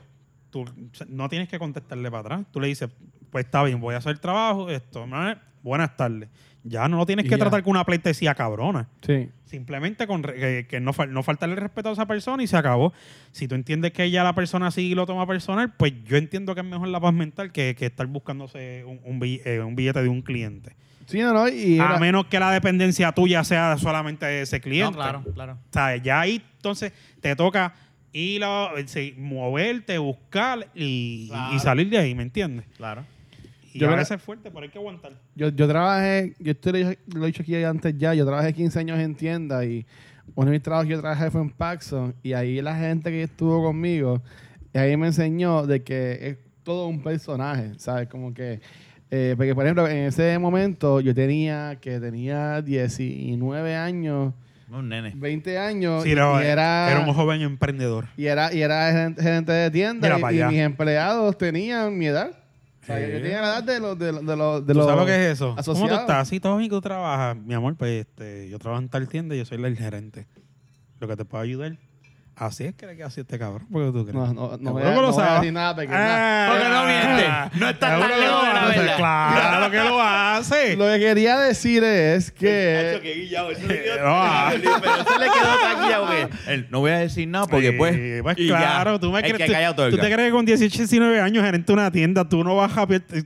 Speaker 1: Tú no tienes que contestarle para atrás. Tú le dices, pues está bien, voy a hacer el trabajo, esto, ¿no? buenas tardes. Ya no lo tienes
Speaker 2: Y
Speaker 1: que
Speaker 2: ya.
Speaker 1: tratar con una pleitesía cabrona.
Speaker 2: Sí.
Speaker 1: Simplemente con re- que, que no, fal- no faltarle el respeto a esa persona y se acabó. Si tú entiendes que ya la persona sí lo toma personal, pues yo entiendo que es mejor la paz mental que, que estar buscándose un, un bill- eh, un billete de un cliente.
Speaker 2: Sí, no, no, y era-
Speaker 1: A menos que la dependencia tuya sea solamente de ese cliente.
Speaker 3: No, claro, claro.
Speaker 1: O sea, ya ahí entonces te toca ir a, sí, moverte, buscar y,
Speaker 3: Claro.
Speaker 1: y salir de ahí, ¿me entiendes?
Speaker 3: Claro.
Speaker 1: Y
Speaker 2: Yo
Speaker 1: a
Speaker 2: creo-
Speaker 1: veces es fuerte, pero hay que aguantar.
Speaker 2: Yo, yo trabajé, yo esto lo, he- lo he dicho aquí antes ya, yo trabajé 15 años en tienda y uno de mis trabajos que yo trabajé fue en Paxson y ahí la gente que estuvo conmigo, y ahí me enseñó de que es todo un personaje, ¿sabes? Como que, eh, porque por ejemplo, en ese momento yo tenía, que tenía 19 años
Speaker 3: Un nene.
Speaker 2: 20 años
Speaker 1: Sí,
Speaker 2: y,
Speaker 1: no,
Speaker 2: y
Speaker 1: eh,
Speaker 2: era,
Speaker 1: era un joven emprendedor.
Speaker 2: y era y era gerente- gerente de
Speaker 1: Mira
Speaker 2: tienda
Speaker 1: pa'
Speaker 2: y, y
Speaker 1: allá.
Speaker 2: mis empleados tenían mi edad. O sea,
Speaker 1: Sí.
Speaker 2: yo, yo tenía la edad de los de los de los de
Speaker 1: ¿Tú
Speaker 2: los
Speaker 1: sabes lo que es eso? ¿Cómo tú
Speaker 2: asociados.
Speaker 1: estás? Sí, todo bien que tú trabajas. Mi amor, pues este, yo trabajo en tal tienda y yo soy el gerente. Lo que te puedo ayudar. Así es que le queda así a este cabrón. ¿Por qué tú crees?
Speaker 2: No, no, no
Speaker 1: Seguro
Speaker 2: voy a-
Speaker 1: que lo
Speaker 2: no voy a
Speaker 1: sabes.
Speaker 2: decir nada, porque
Speaker 1: Ah,
Speaker 3: Porque no miente. No está tan
Speaker 1: seguro que
Speaker 3: lejos
Speaker 1: lo
Speaker 3: de la
Speaker 1: hace.
Speaker 3: verdad.
Speaker 1: Claro que lo hace.
Speaker 2: Lo que quería decir es
Speaker 3: (laughs) Hacho,
Speaker 2: que eh,
Speaker 3: que guillado, eso le quedó-
Speaker 1: Ah.
Speaker 2: (laughs)
Speaker 3: Pero eso le quedó tan guillado que él, no voy a decir nada porque
Speaker 1: Sí,
Speaker 3: pues. y ya.
Speaker 1: claro, tú me
Speaker 3: El
Speaker 1: crees.
Speaker 3: que
Speaker 1: tú-
Speaker 3: calla
Speaker 1: tú,
Speaker 3: otorga.
Speaker 1: te crees que con 18, 19 años gerente de una tienda, tú no vas a. pier- te-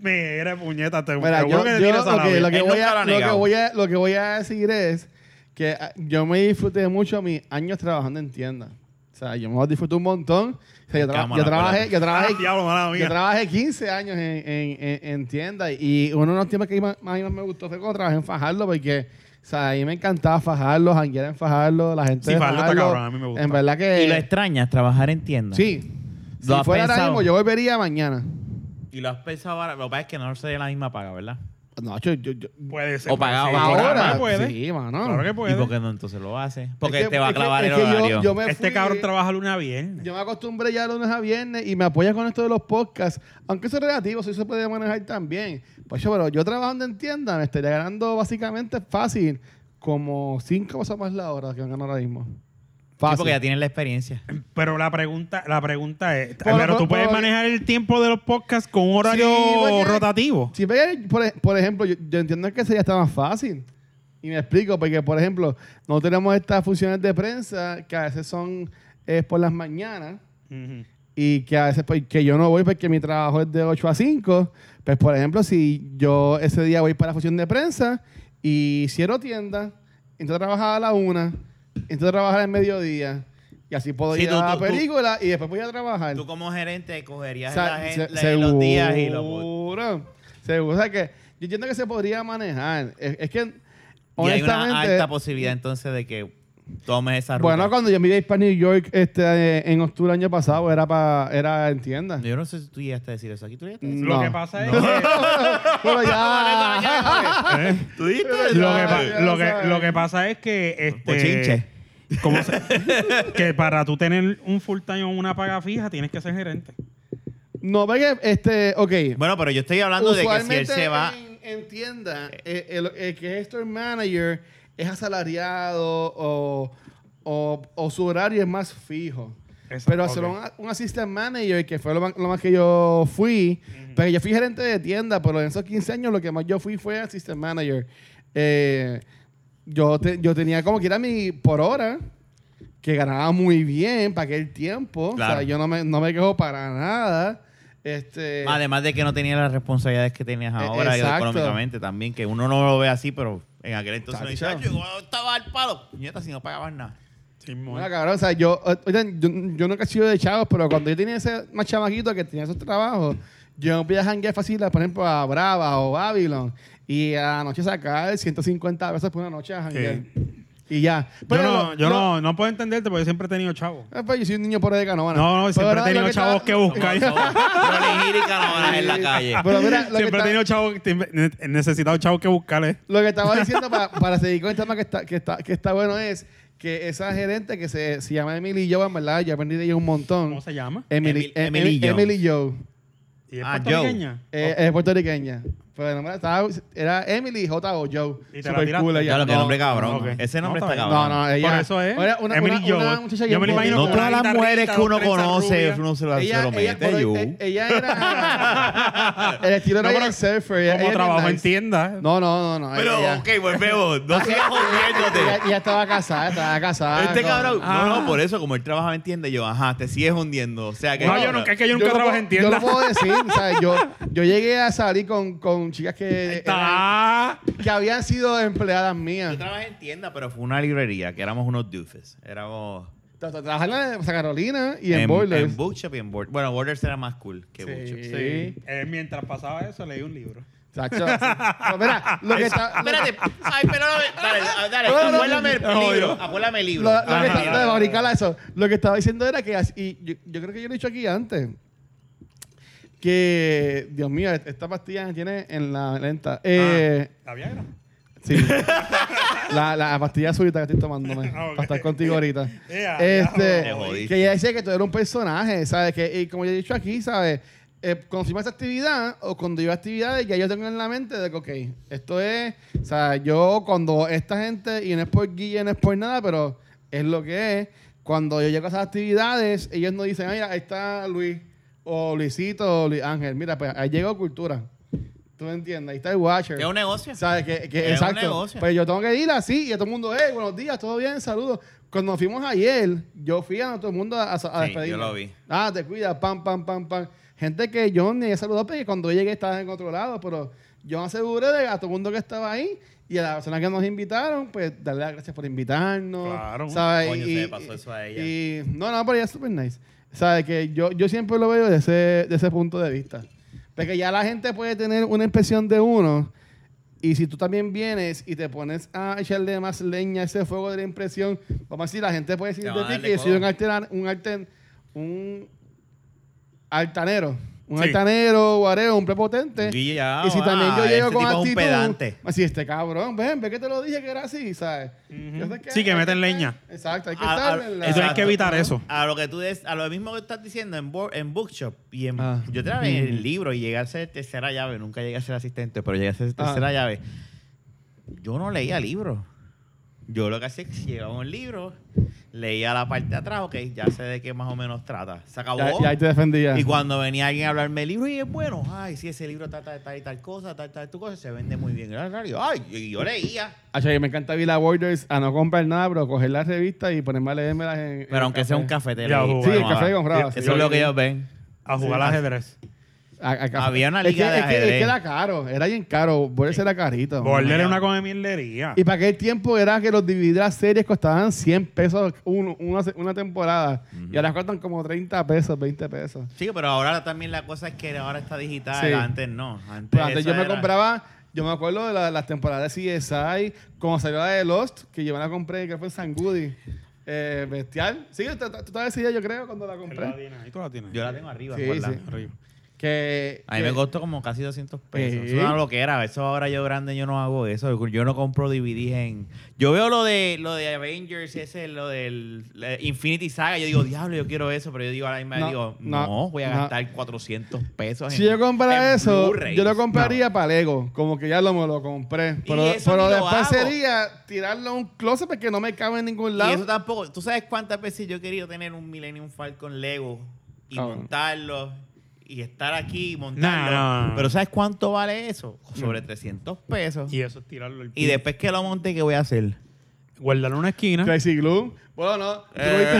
Speaker 1: Mira, puñeta, te
Speaker 2: Mira,
Speaker 1: seguro
Speaker 2: yo,
Speaker 1: que le
Speaker 2: yo
Speaker 1: tiras a
Speaker 2: lo,
Speaker 1: la
Speaker 2: que, lo
Speaker 1: vida.
Speaker 2: que
Speaker 3: Él
Speaker 2: voy
Speaker 3: nunca lo
Speaker 2: a,
Speaker 3: ha
Speaker 2: lo, que
Speaker 3: negado.
Speaker 2: voy a, lo que voy a decir es que ah, yo me disfruté mucho mis años trabajando en tienda. O sea, yo me los disfruté un montón. O sea, yo, traba-
Speaker 3: Cámara,
Speaker 2: yo trabajé,
Speaker 3: espérate.
Speaker 2: yo
Speaker 3: (laughs)
Speaker 2: trabajé,
Speaker 1: Ah, diablo, mala mía.
Speaker 2: yo trabajé 15 años en, en, en- en tienda y uno de los temas que más, más- más me gustó fue cuando trabajé en Fajardo porque, o sea, a mí me encantaba Fajardo, janguear en Fajardo, la gente
Speaker 1: Sí,
Speaker 2: de
Speaker 1: Fajardo está cabrón, a mí me gusta.
Speaker 2: En verdad que...
Speaker 3: Y lo extrañas trabajar en
Speaker 2: eh,
Speaker 3: tienda.
Speaker 2: sí. Si
Speaker 3: ¿Lo has
Speaker 2: fuera ahora
Speaker 3: pensado?
Speaker 2: mismo, yo volvería mañana.
Speaker 3: Y lo has pensado ahora. Lo que pasa es que no sería la misma paga, ¿verdad?
Speaker 2: No, yo- yo- yo,
Speaker 1: Puede ser.
Speaker 3: O pagado,
Speaker 1: sí,
Speaker 3: pagado.
Speaker 1: claro
Speaker 2: Ahora,
Speaker 1: que puede.
Speaker 2: sí, mano.
Speaker 1: Claro que
Speaker 3: ¿Y por
Speaker 1: puede.
Speaker 3: qué no entonces lo haces? Porque
Speaker 2: Es que-
Speaker 3: te va a
Speaker 2: es que-
Speaker 3: clavar
Speaker 2: es
Speaker 3: el
Speaker 2: que yo-
Speaker 3: horario.
Speaker 2: yo me
Speaker 1: Este
Speaker 2: fui-
Speaker 1: cabrón trabaja lunes a viernes.
Speaker 2: Yo me acostumbré ya lunes a viernes y me apoya con esto de los podcasts. Aunque eso es relativo, eso se puede manejar también. Pues yo, pero yo trabajando en tienda me estaría ganando básicamente fácil como cinco cosas más la hora que me gano ahora mismo.
Speaker 3: Sí,
Speaker 2: Fácil.
Speaker 3: porque ya tienes la experiencia.
Speaker 1: Pero la pregunta, la pregunta es,
Speaker 2: Por-
Speaker 1: pero
Speaker 2: por-
Speaker 1: tú puedes
Speaker 2: por-
Speaker 1: manejar el tiempo de los podcasts con un horario
Speaker 2: Sí, porque-
Speaker 1: rotativo.
Speaker 2: Si ve, por, e- por ejemplo, yo, yo entiendo que sería hasta más fácil. Y me explico, porque, por ejemplo, no tenemos estas funciones de prensa que a veces son eh, por las mañanas.
Speaker 1: Ujú.
Speaker 2: y que a veces pues, que yo no voy porque mi trabajo es de 8 a 5, pues por ejemplo, si yo ese día voy para la función de prensa y cierro tienda, entonces trabajar a la 1, entonces trabajar al mediodía y así puedo
Speaker 3: Sí,
Speaker 2: ir
Speaker 3: tú-
Speaker 2: a la
Speaker 3: tú-
Speaker 2: película y después voy a trabajar.
Speaker 3: Tú como gerente cogerías
Speaker 2: O sea,
Speaker 3: la gente,
Speaker 2: se-
Speaker 3: los días y los...
Speaker 2: seguro, seguro. O sea que yo entiendo que se podría manejar. Es, es que
Speaker 3: Y hay una
Speaker 2: honestamente
Speaker 3: alta posibilidad entonces de que tomes esa ruta.
Speaker 2: bueno, cuando yo me iba a ir para New York este, en octubre del año pasado, era para era en tienda.
Speaker 3: Yo no sé si tú llegaste a decir eso. Aquí tú llegaste a decir
Speaker 1: Lo
Speaker 2: No,
Speaker 1: que pasa es
Speaker 2: no. (laughs)
Speaker 1: que...
Speaker 2: Pero
Speaker 3: (laughs)
Speaker 2: ya.
Speaker 3: eso.
Speaker 1: ¿Eh?
Speaker 3: ¿Tú dijiste
Speaker 1: lo, que,
Speaker 2: Ya,
Speaker 1: pa-
Speaker 2: ya
Speaker 1: lo,
Speaker 2: lo
Speaker 1: que,
Speaker 2: sabes.
Speaker 1: lo que pasa es que este
Speaker 3: Bochinche.
Speaker 1: ¿cómo se- (laughs) que para tú tener un full time o una paga fija tienes que ser gerente
Speaker 2: No, porque este, ok.
Speaker 3: Bueno, pero yo estoy hablando de que si él se va...
Speaker 2: en, en tienda, eh, el, el que es store manager es asalariado o, o, o su horario es más fijo.
Speaker 1: Exacto,
Speaker 2: Pero hacer
Speaker 1: ok.
Speaker 2: un, un assistant manager, que fue lo más, lo más que yo fui, pero yo fui gerente de tienda, pero en esos 15 años lo que más yo fui fue assistant manager. Eh, yo, te- yo tenía como que era mi por hora, que ganaba muy bien para aquel tiempo. O
Speaker 3: Claro.
Speaker 2: sea, yo no me, no me quejo para nada. Este,
Speaker 3: Además de que no tenía las responsabilidades que tenías
Speaker 2: Eh,
Speaker 3: ahora y
Speaker 2: exacto.
Speaker 3: económicamente también, que uno no lo ve así, pero en aquel entonces uno dice,
Speaker 2: Chacho.
Speaker 3: "Ay, yo estaba al palo. Nieta, si no
Speaker 2: (laughs)
Speaker 3: pagabas nada.
Speaker 2: Bueno, cabrón, o sea, yo, o- oigan, yo, yo nunca he sido de chavos, pero cuando yo tenía ese más chamaquito que tenía esos trabajos, yo me podía janguear fácil, por ejemplo, a Brava o Babylon, y a la noche sacar 150 veces por una noche a janguear. Y ya.
Speaker 1: yo no
Speaker 2: lo-
Speaker 1: yo
Speaker 2: lo-
Speaker 1: no, no puedo entenderte porque yo siempre he tenido chavos
Speaker 2: Ah, pues, yo soy un niño pobre de canovana.
Speaker 1: no, no siempre he tenido chavos que buscar
Speaker 2: (laughs)
Speaker 3: Prolegir y calabaras en la calle.
Speaker 2: Pero mira, lo que,
Speaker 1: siempre he
Speaker 2: está-
Speaker 1: tenido chavos que te- he necesitado chavos que eh. buscarles
Speaker 2: lo que estaba diciendo para, para seguir con el tema que está, que está, que está bueno es que esa gerente que se, se llama Emily Joe, en verdad, yo aprendí de ella un montón.
Speaker 1: ¿cómo se llama?
Speaker 2: Emily, eh,
Speaker 3: Emil- Emily Joe.
Speaker 2: Emily Joe.
Speaker 1: y es
Speaker 3: Ah,
Speaker 1: puertorriqueña
Speaker 2: Eh, Es puertorriqueña. Pero no, estaba- era Emily J. o Joe.
Speaker 1: Y te la
Speaker 2: Super
Speaker 1: tiraste.
Speaker 2: cool
Speaker 3: Ya
Speaker 2: ella.
Speaker 3: lo que
Speaker 2: No,
Speaker 3: nombre cabrón.
Speaker 1: ok.
Speaker 3: Ese nombre
Speaker 1: No,
Speaker 3: está
Speaker 1: está
Speaker 3: cabrón.
Speaker 1: bien.
Speaker 2: No, no, ella.
Speaker 1: por eso es
Speaker 2: Era una-
Speaker 1: Emily
Speaker 2: una-
Speaker 1: Joe
Speaker 2: una muchacha
Speaker 1: yo
Speaker 2: bien
Speaker 1: me la imagino
Speaker 2: bonita.
Speaker 1: como
Speaker 3: No
Speaker 2: No
Speaker 1: una
Speaker 3: todas las mujeres
Speaker 1: guitarrista,
Speaker 3: que uno
Speaker 1: una trenza
Speaker 3: conoce,
Speaker 1: rubia.
Speaker 3: uno se las- se
Speaker 2: Ella,
Speaker 3: lo
Speaker 2: ella,
Speaker 3: mete.
Speaker 2: por-
Speaker 3: yo.
Speaker 2: eh, ella era. (laughs) el estilo
Speaker 1: No,
Speaker 2: era
Speaker 1: pero
Speaker 2: Ian Surfer, ella-
Speaker 1: como
Speaker 2: ella
Speaker 1: trabajo
Speaker 2: bien
Speaker 1: en
Speaker 2: nice.
Speaker 1: tienda
Speaker 2: No, no, no, no.
Speaker 3: Pero,
Speaker 2: ella,
Speaker 3: ok, volvemos. No sigas
Speaker 2: ella,
Speaker 3: hundiéndote.
Speaker 2: ella estaba casada, estaba casada.
Speaker 3: Este
Speaker 2: con-
Speaker 3: cabrón, no,
Speaker 1: Ah.
Speaker 3: no, por eso, como él trabaja, me entiende yo, ajá, te sigues hundiendo. O sea que.
Speaker 1: no yo nunca es que yo nunca
Speaker 2: lo
Speaker 1: trabajé
Speaker 2: puedo-
Speaker 1: en tienda
Speaker 2: Yo
Speaker 1: (laughs)
Speaker 2: lo puedo decir, o sea, yo, yo llegué a salir con, con chicas que, eran-
Speaker 1: Está.
Speaker 2: que habían sido empleadas mías.
Speaker 3: Yo trabajé en tienda, pero fue una librería que éramos unos doofes. Éramos.
Speaker 2: Tra- tra- Trabajé en la de Santa Carolina y en, Boilers.
Speaker 3: En Bookshop y en Borders. Bueno, Borders era más cool que
Speaker 2: Sí.
Speaker 3: Bookshop. Sí.
Speaker 2: Sí.
Speaker 1: Eh, mientras pasaba eso, leí un libro.
Speaker 2: Chacho, sí. No, mira, lo que está. lo-
Speaker 3: Espérate, ay, pero dale, dale,
Speaker 2: No, no, no.
Speaker 3: acuérdame el
Speaker 1: No,
Speaker 3: libro,
Speaker 1: yo-
Speaker 3: acuérdame el libro.
Speaker 2: Lo, lo que
Speaker 3: Ajá.
Speaker 2: está, lo de fabricarla, eso. Lo que estaba diciendo era que, así- y yo, yo creo que yo lo he dicho aquí antes,
Speaker 3: Ah.
Speaker 2: que, Dios mío, esta pastilla tiene en la lenta. Eh,
Speaker 1: La Viagra.
Speaker 2: Sí. la, la pastilla azulita que estoy tomándome.
Speaker 1: Ah, ok.
Speaker 2: Para estar contigo ahorita.
Speaker 1: Ea,
Speaker 2: este,
Speaker 3: Te jodiste.
Speaker 2: que ella decía que tú eras un personaje, ¿sabes? Que, y como ya he dicho aquí, ¿sabes? Eh, cuando hicimos esta actividad o cuando yo a actividades, ya yo tengo en la mente de que, ok, esto es, o sea, yo cuando esta gente, y no es por guía, no es por nada, pero es lo que es, cuando yo llego a esas actividades, ellos nos dicen, ay, ahí está Luis, o Luisito, o Luis Ángel, mira, pues ahí llegó cultura. ¿Tú me entiendes? Ahí está el Watcher.
Speaker 3: Es un negocio.
Speaker 2: ¿Sabes? Que, que-
Speaker 3: Es un
Speaker 2: exacto.
Speaker 3: negocio.
Speaker 2: Pues yo tengo que ir así y a todo el mundo, hey, buenos días, todo bien, saludos. Cuando nos fuimos ayer, yo fui a todo el mundo a, a, a despedirme.
Speaker 3: yo lo vi.
Speaker 2: Ah, te cuida, pam, pam, pam, pam. Gente que yo ni he saludado porque cuando llegué estaba en otro lado, pero yo me aseguré de a todo el mundo que estaba ahí y a las personas que nos invitaron, pues darle las gracias por invitarnos.
Speaker 1: Claro.
Speaker 2: ¿sabes?
Speaker 3: Coño,
Speaker 2: y,
Speaker 3: se le pasó eso a ella.
Speaker 2: y- no, no, pero ella es super nice. ¿Sabes? Que yo, yo siempre lo veo desde ese, de ese punto de vista. Porque ya la gente puede tener una impresión de uno. Y si tú también vienes y te pones a echarle más leña a ese fuego de la impresión, vamos a decir, la gente puede decir
Speaker 3: Te
Speaker 2: de
Speaker 3: van a
Speaker 2: ti
Speaker 3: darle
Speaker 2: que yo soy un
Speaker 3: codo.
Speaker 2: alter, un alter- un altanero. Un
Speaker 1: Sí.
Speaker 2: altanero, guareo, un prepotente.
Speaker 3: Guille, ya,
Speaker 2: y si
Speaker 3: va,
Speaker 2: también yo
Speaker 3: este
Speaker 2: llego con
Speaker 3: tipo es un
Speaker 2: actitud,
Speaker 3: pedante.
Speaker 2: así este cabrón, ven, ve que te lo dije que era así, ¿sabes? Yo sé
Speaker 1: Sí, que
Speaker 2: hay
Speaker 1: meten leña.
Speaker 2: Exacto, hay que
Speaker 3: A- a-
Speaker 2: estar en
Speaker 1: Entonces
Speaker 2: la-
Speaker 1: hay que
Speaker 3: Ah, Exacto.
Speaker 1: evitar eso.
Speaker 3: A lo que tú des- a lo mismo que estás diciendo en, bo- en Bookshop y en
Speaker 2: Ah.
Speaker 3: yo trabajé en el libro y llegué a ser tercera llave, nunca llegué a ser asistente, pero llegué a ser
Speaker 2: Ah.
Speaker 3: tercera llave. Yo no leía libros. Yo lo que hacía es que llegaba un libro, leía la parte de atrás, ok, ya sé de qué más o menos trata. Se acabó.
Speaker 2: Ya, ya ahí te defendía.
Speaker 3: Y cuando venía alguien a hablarme del libro, y es bueno, ay, sí, ese libro trata de tal y tal cosa, tal, tal, tu cosa, se vende muy bien. Y yo, Ay, y yo leía.
Speaker 2: Hacho, y me encanta ir a Borders a no comprar nada, pero coger las revistas y ponerme a leérmelas en. en el
Speaker 3: Pero aunque sea un
Speaker 2: café.
Speaker 3: cafetero.
Speaker 1: Ya,
Speaker 3: ahí,
Speaker 1: jugar.
Speaker 2: Sí, el
Speaker 3: vamos a
Speaker 2: café que
Speaker 3: ver.
Speaker 2: compraba.
Speaker 1: Sí,
Speaker 3: Eso es lo que ellos ven.
Speaker 1: A jugar al ajedrez.
Speaker 2: A- a café.
Speaker 3: Había una
Speaker 2: Es que-
Speaker 3: liga de
Speaker 2: es que, es que
Speaker 3: ajedrez.
Speaker 2: era caro, era bien caro. Borders era carito.
Speaker 1: Border es
Speaker 3: mira.
Speaker 1: una cosa de mierdería.
Speaker 2: Y para aquel tiempo era que los dividir las series costaban 100 pesos uno- una, se- una temporada. Y ahora cuestan como 30 pesos, 20 pesos.
Speaker 3: Sí, pero ahora también la cosa es que ahora está digital,
Speaker 2: Sí.
Speaker 3: antes no. Antes,
Speaker 2: Pero Pues antes
Speaker 3: eso
Speaker 2: yo me
Speaker 3: era-
Speaker 2: compraba, yo me acuerdo de la- las temporadas de CSI, cuando salió la de Lost, que yo me la compré, que fue en San Goody. Eh, bestial. Sí, tú tú estabas ese día, yo creo, cuando la
Speaker 1: ¿Tú la
Speaker 2: compré.
Speaker 1: tienes ahí? ¿Tú la tienes?
Speaker 3: Yo la tengo arriba,
Speaker 2: Sí,
Speaker 3: ¿verdad?
Speaker 2: sí.
Speaker 1: Arriba.
Speaker 2: Que,
Speaker 3: A mí
Speaker 2: que-
Speaker 3: me costó como casi 200 pesos.
Speaker 2: Sí.
Speaker 3: Eso es una loquera. Eso ahora yo grande, yo no hago eso. Yo no compro DVDs en... Yo veo lo de lo de Avengers, ese, lo del la Infinity Saga. Yo digo, diablo, yo quiero eso. Pero yo digo, ahora mismo
Speaker 2: No,
Speaker 3: digo,
Speaker 2: no,
Speaker 3: no, voy a
Speaker 2: no.
Speaker 3: gastar 400 pesos
Speaker 2: Si
Speaker 3: en-
Speaker 2: yo comprara
Speaker 3: en
Speaker 2: eso,
Speaker 3: Blu-rays.
Speaker 2: yo lo compraría para Lego, como que ya lo, me lo compré. Pero,
Speaker 3: eso
Speaker 2: pero
Speaker 3: ni lo
Speaker 2: después
Speaker 3: hago.
Speaker 2: sería tirarlo a un closet porque no me cabe en ningún
Speaker 3: Y
Speaker 2: lado.
Speaker 3: eso tampoco. ¿Tú sabes cuántas veces yo he querido tener un Millennium Falcon Lego y
Speaker 2: Cabrón.
Speaker 3: montarlo y estar aquí y montarlo?
Speaker 1: Nah, no, no.
Speaker 3: Pero ¿sabes cuánto vale eso? Sobre 300 pesos.
Speaker 1: Y eso es tirarlo al
Speaker 3: Y
Speaker 1: piso.
Speaker 3: después que lo monte, ¿qué voy a hacer?
Speaker 1: Guardarlo en una esquina.
Speaker 2: Tracy Glue. Bueno, no.
Speaker 3: Eh,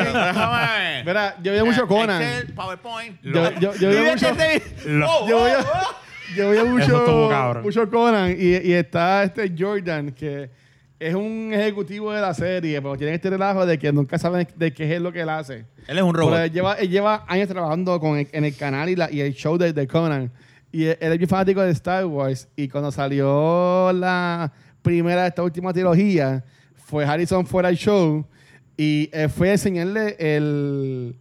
Speaker 2: tú viste-
Speaker 3: déjame.
Speaker 2: Mira, yo veía mucho
Speaker 3: Eh,
Speaker 2: Conan.
Speaker 3: Excel, PowerPoint.
Speaker 2: Yo- yo- yo
Speaker 3: Vive
Speaker 2: veía
Speaker 3: este
Speaker 2: mucho-
Speaker 3: servicio.
Speaker 2: (laughs)
Speaker 1: Lo-
Speaker 3: Oh,
Speaker 2: yo
Speaker 3: oh,
Speaker 2: veía-
Speaker 3: oh.
Speaker 2: Yo veía
Speaker 1: estuvo
Speaker 2: mucho,
Speaker 1: cabrón.
Speaker 2: mucho Conan y, y está este Jordan que es un ejecutivo de la serie, pero tiene este relajo de que nunca saben de qué es lo que él hace.
Speaker 3: Él es un
Speaker 2: Pero
Speaker 3: robot.
Speaker 2: él lleva, él lleva años trabajando con el- en el canal y, la- y el show de, de Conan. Y él, él es bien fanático de Star Wars. Y cuando salió la primera de esta última trilogía, fue Harrison fuera al show y eh, fue a enseñarle el,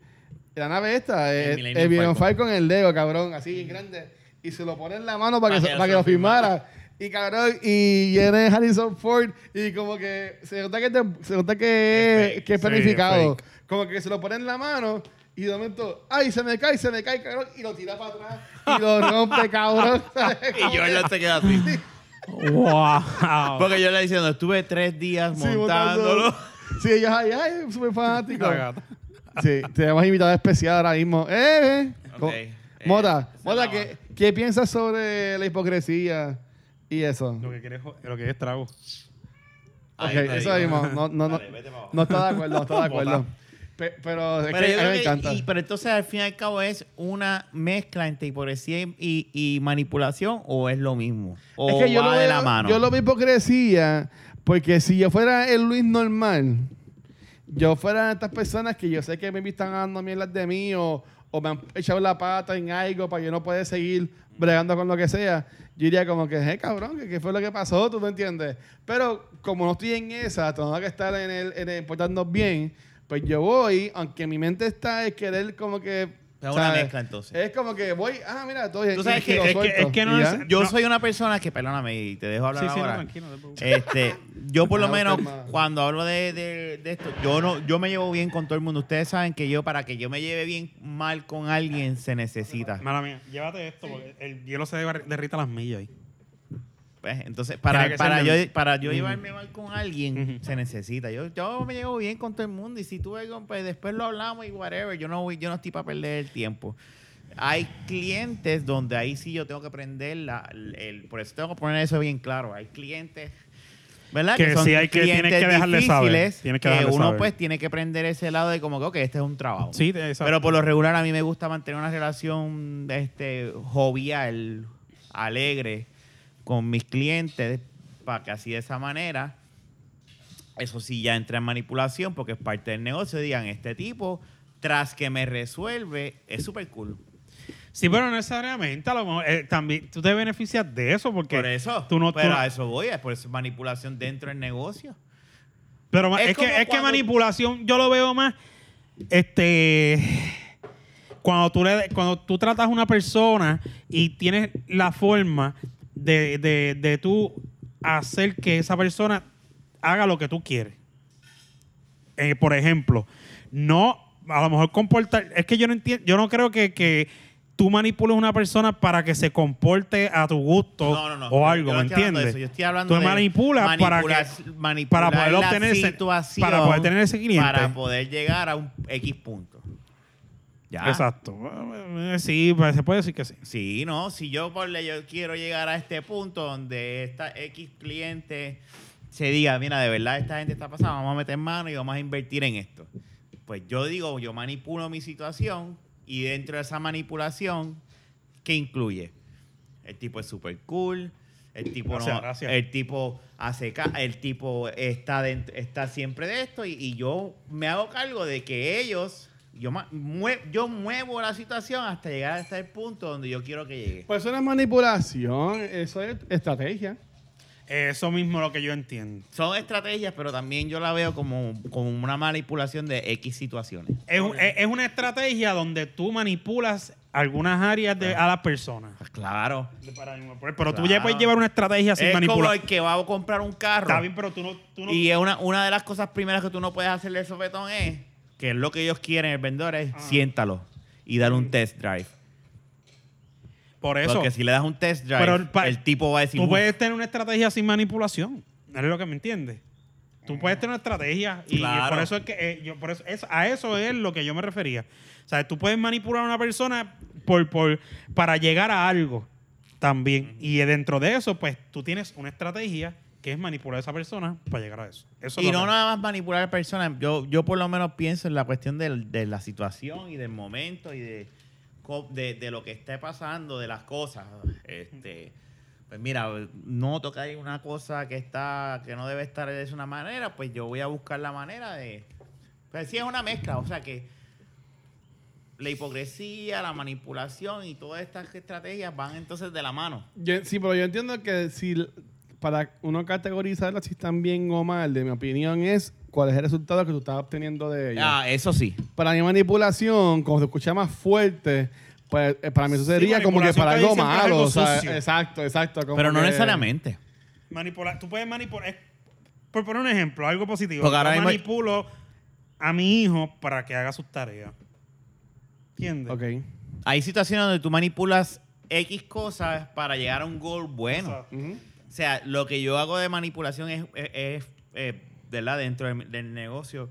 Speaker 2: la nave esta,
Speaker 3: El
Speaker 2: el, el,
Speaker 3: Millennium
Speaker 2: Millennium
Speaker 3: Falcon.
Speaker 2: Falcon, el Lego, cabrón, así bien grande. Y se lo pone en la mano para que,
Speaker 3: Para
Speaker 2: se-
Speaker 3: que
Speaker 2: para
Speaker 3: lo
Speaker 2: que lo
Speaker 3: firmara.
Speaker 2: firmara. Y cabrón, y viene Harrison Ford y como que se nota que, te- se nota que,
Speaker 3: Es fake.
Speaker 2: que es
Speaker 1: Sí, es
Speaker 2: planificado.
Speaker 1: fake.
Speaker 2: Como que se lo pone en la mano y de momento, ay, se me cae, se me cae, cabrón, y lo tira para atrás y lo
Speaker 3: (laughs)
Speaker 2: rompe, cabrón.
Speaker 3: Y Jordan se queda así.
Speaker 1: ¡Wow!
Speaker 3: Porque yo le diciendo, estuve tres días
Speaker 2: Sí,
Speaker 3: montándolo.
Speaker 2: Sí, ellos ay, ay, súper fanático.
Speaker 1: La gata.
Speaker 2: Sí, tenemos invitado especial ahora mismo. Eh, eh.
Speaker 3: Ok,
Speaker 2: Co-
Speaker 3: eh,
Speaker 2: Mota,
Speaker 3: esa
Speaker 2: Mota,
Speaker 3: es la
Speaker 2: ¿qué, ¿qué piensas sobre la hipocresía y eso?
Speaker 1: Lo que quieres jo- lo que es trago.
Speaker 2: Ok,
Speaker 3: Ahí está,
Speaker 2: eso
Speaker 3: digo.
Speaker 2: mismo. No, no, no,
Speaker 3: Dale, vete pa' abajo.
Speaker 2: no está de acuerdo, no está de acuerdo. Pe- pero es
Speaker 3: Pero,
Speaker 2: que a mí
Speaker 3: yo creo
Speaker 2: me
Speaker 3: que-
Speaker 2: encanta.
Speaker 3: y- pero entonces al fin y al cabo es una mezcla entre hipocresía y, y- y manipulación o es lo mismo o
Speaker 2: es que yo
Speaker 3: va
Speaker 2: lo,
Speaker 3: de
Speaker 2: veo,
Speaker 3: la mano.
Speaker 2: yo lo veo hipocresía porque si yo fuera el Luis normal, yo fuera de estas personas que yo sé que me están dando mierdas de mí o, o me han echado la pata en algo para yo no poder seguir bregando con lo que sea, yo diría como que, eh, cabrón, ¿qué, qué fue lo que pasó? ¿Tú no entiendes? Pero como no estoy en esa, tengo que estar en el, en el portarnos bien, pues yo voy, aunque mi mente está en querer como que...
Speaker 3: sea, una
Speaker 2: ¿Sabes?
Speaker 3: mezcla entonces.
Speaker 2: Es como que voy, ah, mira, todo bien.
Speaker 3: Tú sabes
Speaker 2: y- y
Speaker 3: que-
Speaker 2: lo
Speaker 1: es que-
Speaker 2: suelto,
Speaker 1: es que no
Speaker 2: y
Speaker 1: es-
Speaker 2: ya.
Speaker 3: Yo
Speaker 1: No.
Speaker 3: soy una persona que, perdóname, y te dejo hablar
Speaker 1: Sí, sí, no,
Speaker 3: ahora.
Speaker 1: tranquilo. no te preocupes.
Speaker 3: Este, yo por lo
Speaker 2: No,
Speaker 3: menos
Speaker 2: usted, hermano.
Speaker 3: cuando hablo de, de- de esto, yo no, yo me llevo bien con todo el mundo. Ustedes saben que yo para que yo me lleve bien mal con alguien se necesita.
Speaker 1: Mala mía, llévate esto porque el hielo se derri- derrita a las millas ahí.
Speaker 3: Pues, entonces, para,
Speaker 1: Tiene que
Speaker 3: para,
Speaker 1: ser
Speaker 3: yo,
Speaker 1: neutro.
Speaker 3: para yo
Speaker 1: Ujú.
Speaker 3: llevarme mal con alguien,
Speaker 1: Ujú.
Speaker 3: se necesita. Yo, yo me llevo bien con todo el mundo y si tú algo, pues después lo hablamos y whatever. Yo no, voy, yo no estoy para perder el tiempo. Hay clientes donde ahí sí yo tengo que prender la, el, por eso tengo que poner eso bien claro. Hay clientes, ¿verdad?
Speaker 1: Que sí hay que- tienes
Speaker 3: clientes
Speaker 1: que dejarle saber,
Speaker 3: difíciles
Speaker 1: tienes que dejarle
Speaker 3: uno
Speaker 1: saber.
Speaker 3: pues tiene que prender ese lado de como que, ok, este es un trabajo.
Speaker 1: Sí, de- exacto.
Speaker 3: Pero por lo regular a mí me gusta mantener una relación este, jovial, alegre con mis clientes para que así de esa manera, eso sí ya entra en manipulación porque es parte del negocio, digan, este tipo, tras que me resuelve, es súper cool.
Speaker 1: Sí, pero no necesariamente, a lo mejor eh, también tú te beneficias de eso porque
Speaker 3: Por eso,
Speaker 1: tú no tú
Speaker 3: pero
Speaker 1: no-
Speaker 3: a eso voy, es por eso es manipulación dentro del negocio.
Speaker 1: Pero ma-
Speaker 3: Es
Speaker 1: es, que,
Speaker 3: como
Speaker 1: es que
Speaker 3: cuando-
Speaker 1: manipulación yo lo veo más. Este. Cuando tú, le, cuando tú tratas a una persona y tienes la forma de, de, de tú hacer que esa persona haga lo que tú quieres. Eh, por ejemplo, no, a lo mejor comportar. Es que yo no entiendo, yo no creo que, que tú manipules a una persona para que se comporte a tu gusto
Speaker 3: No, no, no.
Speaker 1: o
Speaker 3: yo-
Speaker 1: algo,
Speaker 3: yo no
Speaker 1: ¿me
Speaker 3: estoy hablando
Speaker 1: entiendes?
Speaker 3: de eso, Yo estoy hablando
Speaker 1: Tú
Speaker 3: de
Speaker 1: manipulas para que-
Speaker 3: manipulas- manipular
Speaker 1: para poder
Speaker 3: la
Speaker 1: obtener ese-
Speaker 3: situación
Speaker 1: para poder tener ese cliente.
Speaker 3: Para poder llegar a un X punto. Ya.
Speaker 1: Exacto. Eh, Sí, pues, se puede decir que sí.
Speaker 3: Sí, no, si yo por yo quiero llegar a este punto donde esta X cliente se diga, mira, de verdad esta gente está pasada, vamos a meter mano y vamos a invertir en esto. Pues yo digo, yo manipulo mi situación y dentro de esa manipulación, ¿qué incluye? El tipo es súper cool, el tipo
Speaker 1: Gracias,
Speaker 3: no,
Speaker 1: gracias.
Speaker 3: el tipo hace ca- el tipo está dent- está siempre de esto y, y yo me hago cargo de que ellos yo ma- mue- yo muevo la situación hasta llegar hasta el punto donde yo quiero que llegue.
Speaker 2: Pues eso no es manipulación, eso es estrategia.
Speaker 1: Eso mismo es lo que yo entiendo.
Speaker 3: Son estrategias, pero también yo la veo como, como una manipulación de X situaciones.
Speaker 1: Es, un- es- es una estrategia donde tú manipulas algunas áreas de, a las personas.
Speaker 3: Pues claro.
Speaker 1: Para- Pero tú
Speaker 3: Claro.
Speaker 1: ya puedes llevar una estrategia sin
Speaker 3: es como
Speaker 1: manipular.
Speaker 3: el que va a comprar un carro.
Speaker 1: Está bien, pero tú no... Tú no
Speaker 3: Y es una, una de las cosas primeras que tú no puedes hacerle al sopetón es, que es lo que ellos quieren, el vendedor,
Speaker 1: Ah.
Speaker 3: es siéntalo y dale un test drive.
Speaker 1: por eso,
Speaker 3: Porque si le das un test drive,
Speaker 1: Pero pa-
Speaker 3: el tipo va a decir, "Uh".
Speaker 1: tú
Speaker 3: "Uf,
Speaker 1: puedes tener una estrategia sin manipulación. Es lo que me entiendes. Tú puedes tener una estrategia y
Speaker 3: Eh. Claro.
Speaker 1: por eso es que eh, yo por eso es- a eso es lo que yo me refería. O sea, tú puedes manipular a una persona por, por para llegar a algo también y dentro de eso pues tú tienes una estrategia que es manipular a esa persona para llegar a eso. Eso es
Speaker 3: Y
Speaker 1: lo
Speaker 3: no
Speaker 1: que-
Speaker 3: nada más manipular a personas. Yo, yo por lo menos pienso en la cuestión del- de, la situación y del momento y de, co- de, de lo que esté pasando, de las cosas. Este, pues mira, noto que hay una cosa que está que no debe estar de una manera, pues yo voy a buscar la manera de... Pues sí, es una mezcla. O sea que la hipocresía, la manipulación y todas estas estrategias van entonces de la mano.
Speaker 2: Yo- sí, pero yo entiendo que si l- para uno categorizarlas si están bien o mal, de mi opinión es cuál es el resultado que tú estás obteniendo de ellas.
Speaker 3: Ah, eso sí.
Speaker 2: Para mi manipulación, como se escucha más fuerte, pues eh, para mí eso
Speaker 1: Sí,
Speaker 2: sería como que
Speaker 1: manipulación te
Speaker 2: para algo
Speaker 1: dicen que es
Speaker 2: malo.
Speaker 1: algo
Speaker 2: o sea,
Speaker 1: sucio.
Speaker 2: exacto, exacto. como
Speaker 3: Pero no
Speaker 2: que-
Speaker 3: necesariamente.
Speaker 1: manipular, tú puedes manipular es- por poner un ejemplo, algo positivo.
Speaker 3: Porque ahora
Speaker 1: yo
Speaker 3: mismo-
Speaker 1: manipulo a mi hijo para que haga sus tareas. ¿Entiendes?
Speaker 2: Ok.
Speaker 3: Hay situaciones donde tú manipulas X cosas para llegar a un gol bueno.
Speaker 1: Exacto.
Speaker 2: Ujú.
Speaker 3: O sea, lo que yo hago de manipulación es, es- es, eh, ¿verdad? Dentro del, del negocio,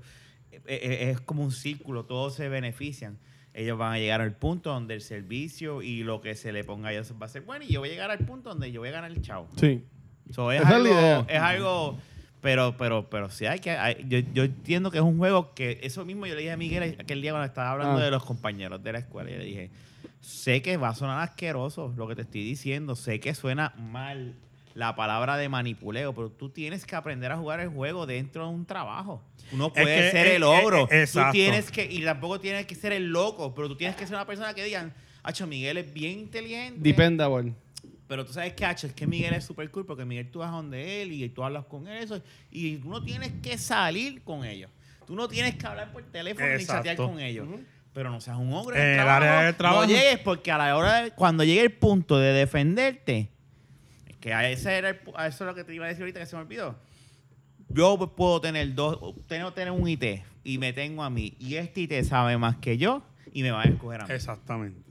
Speaker 3: eh, eh, es como un círculo, todos se benefician. Ellos van a llegar al punto donde el servicio y lo que se le ponga a ellos va a ser bueno y yo voy a llegar al punto donde yo voy a ganar el chavo.
Speaker 2: Sí.
Speaker 3: So, es,
Speaker 2: Esa es
Speaker 3: algo,
Speaker 2: la idea.
Speaker 3: es algo- pero, pero, pero sí hay que, hay- yo, yo entiendo que es un juego que, eso mismo yo le dije a Miguel aquel día cuando estaba hablando
Speaker 2: Ah.
Speaker 3: de los compañeros de la escuela, yo le dije, sé que va a sonar asqueroso lo que te estoy diciendo, sé que suena mal la palabra de manipuleo, pero tú tienes que aprender a jugar el juego dentro de un trabajo. Uno
Speaker 1: Es
Speaker 3: puede
Speaker 1: que-
Speaker 3: ser
Speaker 1: eh,
Speaker 3: el ogro,
Speaker 1: eh, eh,
Speaker 3: tú
Speaker 1: exacto.
Speaker 3: tienes que, y tampoco tienes que ser el loco, pero tú tienes que ser una persona que digan, Acho, Miguel es bien inteligente.
Speaker 2: Dependable.
Speaker 3: Pero tú sabes que, hacho, es que Miguel es súper cool porque Miguel tú vas donde él y tú hablas con él eso, y tú no tienes que salir con ellos. Tú no tienes que hablar por teléfono ni
Speaker 1: Exacto.
Speaker 3: chatear con ellos. Pero no seas un ogro.
Speaker 1: En el área del trabajo.
Speaker 3: No llegues porque a la hora, de- cuando llegue el punto de defenderte, que a ese era el pu- a eso es lo que te iba a decir ahorita que se me olvidó. Yo pues, puedo tener dos, tengo tener un IT y me tengo a mí y este IT sabe más que yo y me va a escoger a mí.
Speaker 1: Exactamente.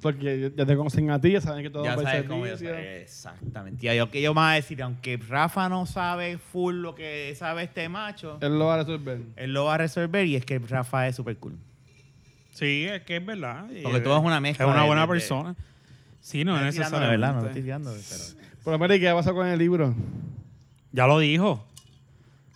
Speaker 2: Porque ya- ya te conocen a ti, ya saben que todo
Speaker 3: Ya
Speaker 2: va a
Speaker 3: sabes cómo yo
Speaker 2: servicio.
Speaker 3: soy. Exactamente. Y yo, que yo me voy a decir, aunque Rafa no sabe full lo que sabe este macho,
Speaker 2: Él lo va a resolver.
Speaker 3: él lo va a resolver y es que Rafa es súper cool.
Speaker 1: Sí, es que es verdad. Y
Speaker 3: Porque tú eres una mezcla
Speaker 1: Es una
Speaker 3: de-
Speaker 1: buena
Speaker 3: de- de-
Speaker 1: persona. Sí, no
Speaker 3: No
Speaker 1: es
Speaker 3: estoy tirando, de
Speaker 1: necesario.
Speaker 3: verdad, no lo estoy tirando. Pero...
Speaker 2: Pero Mary, ¿qué pasó con el libro?
Speaker 1: Ya lo dijo.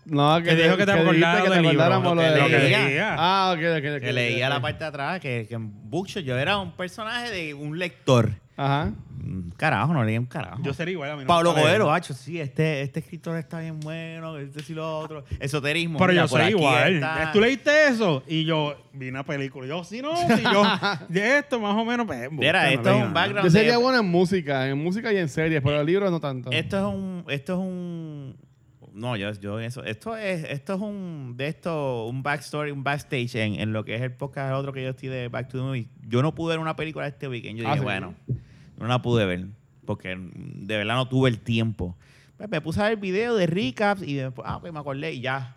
Speaker 2: No,
Speaker 1: Que dijo que te acordara
Speaker 2: dijiste que
Speaker 1: del
Speaker 2: te
Speaker 1: libro,
Speaker 2: acordáramos
Speaker 3: lo
Speaker 2: lo
Speaker 3: que
Speaker 2: de-
Speaker 3: leía.
Speaker 2: Ah, ok, ok, ok.
Speaker 3: Que leía la parte de atrás, que, que en Bookshot yo era un personaje de un lector.
Speaker 2: Ajá.
Speaker 3: Mm, Carajo, no leía un carajo.
Speaker 1: Yo sería igual a mí. no
Speaker 3: Pablo
Speaker 1: me sale.
Speaker 3: Coelho, hacho, sí, este, este escritor está bien bueno, este sí lo otro. Esoterismo.
Speaker 1: Pero
Speaker 3: mira,
Speaker 1: yo
Speaker 3: por
Speaker 1: soy
Speaker 3: aquí
Speaker 1: igual.
Speaker 3: está.
Speaker 1: Tú leíste eso y yo vi una película. Yo, sí, no, sí,
Speaker 3: (laughs)
Speaker 1: yo. De esto, más o menos. Pues, busca,
Speaker 3: Mira,
Speaker 1: no
Speaker 3: esto
Speaker 1: leí
Speaker 3: es un
Speaker 1: nada.
Speaker 3: background.
Speaker 2: Yo sería
Speaker 3: de-
Speaker 2: bueno en música, en música y en series, pero en libros no tanto.
Speaker 3: Esto es un. Esto es un. No, yo, yo eso. Esto es, esto es un de esto, un backstory, un backstage en, en lo que es el podcast el otro que yo estoy de Back to the Movie. Yo no pude ver una película este weekend. Yo
Speaker 2: Ah,
Speaker 3: dije,
Speaker 2: ¿sí?
Speaker 3: bueno, no la pude ver. Porque mm, de verdad no tuve el tiempo. Pues me puse a ver video de recaps y después, ah, pues me acordé y ya.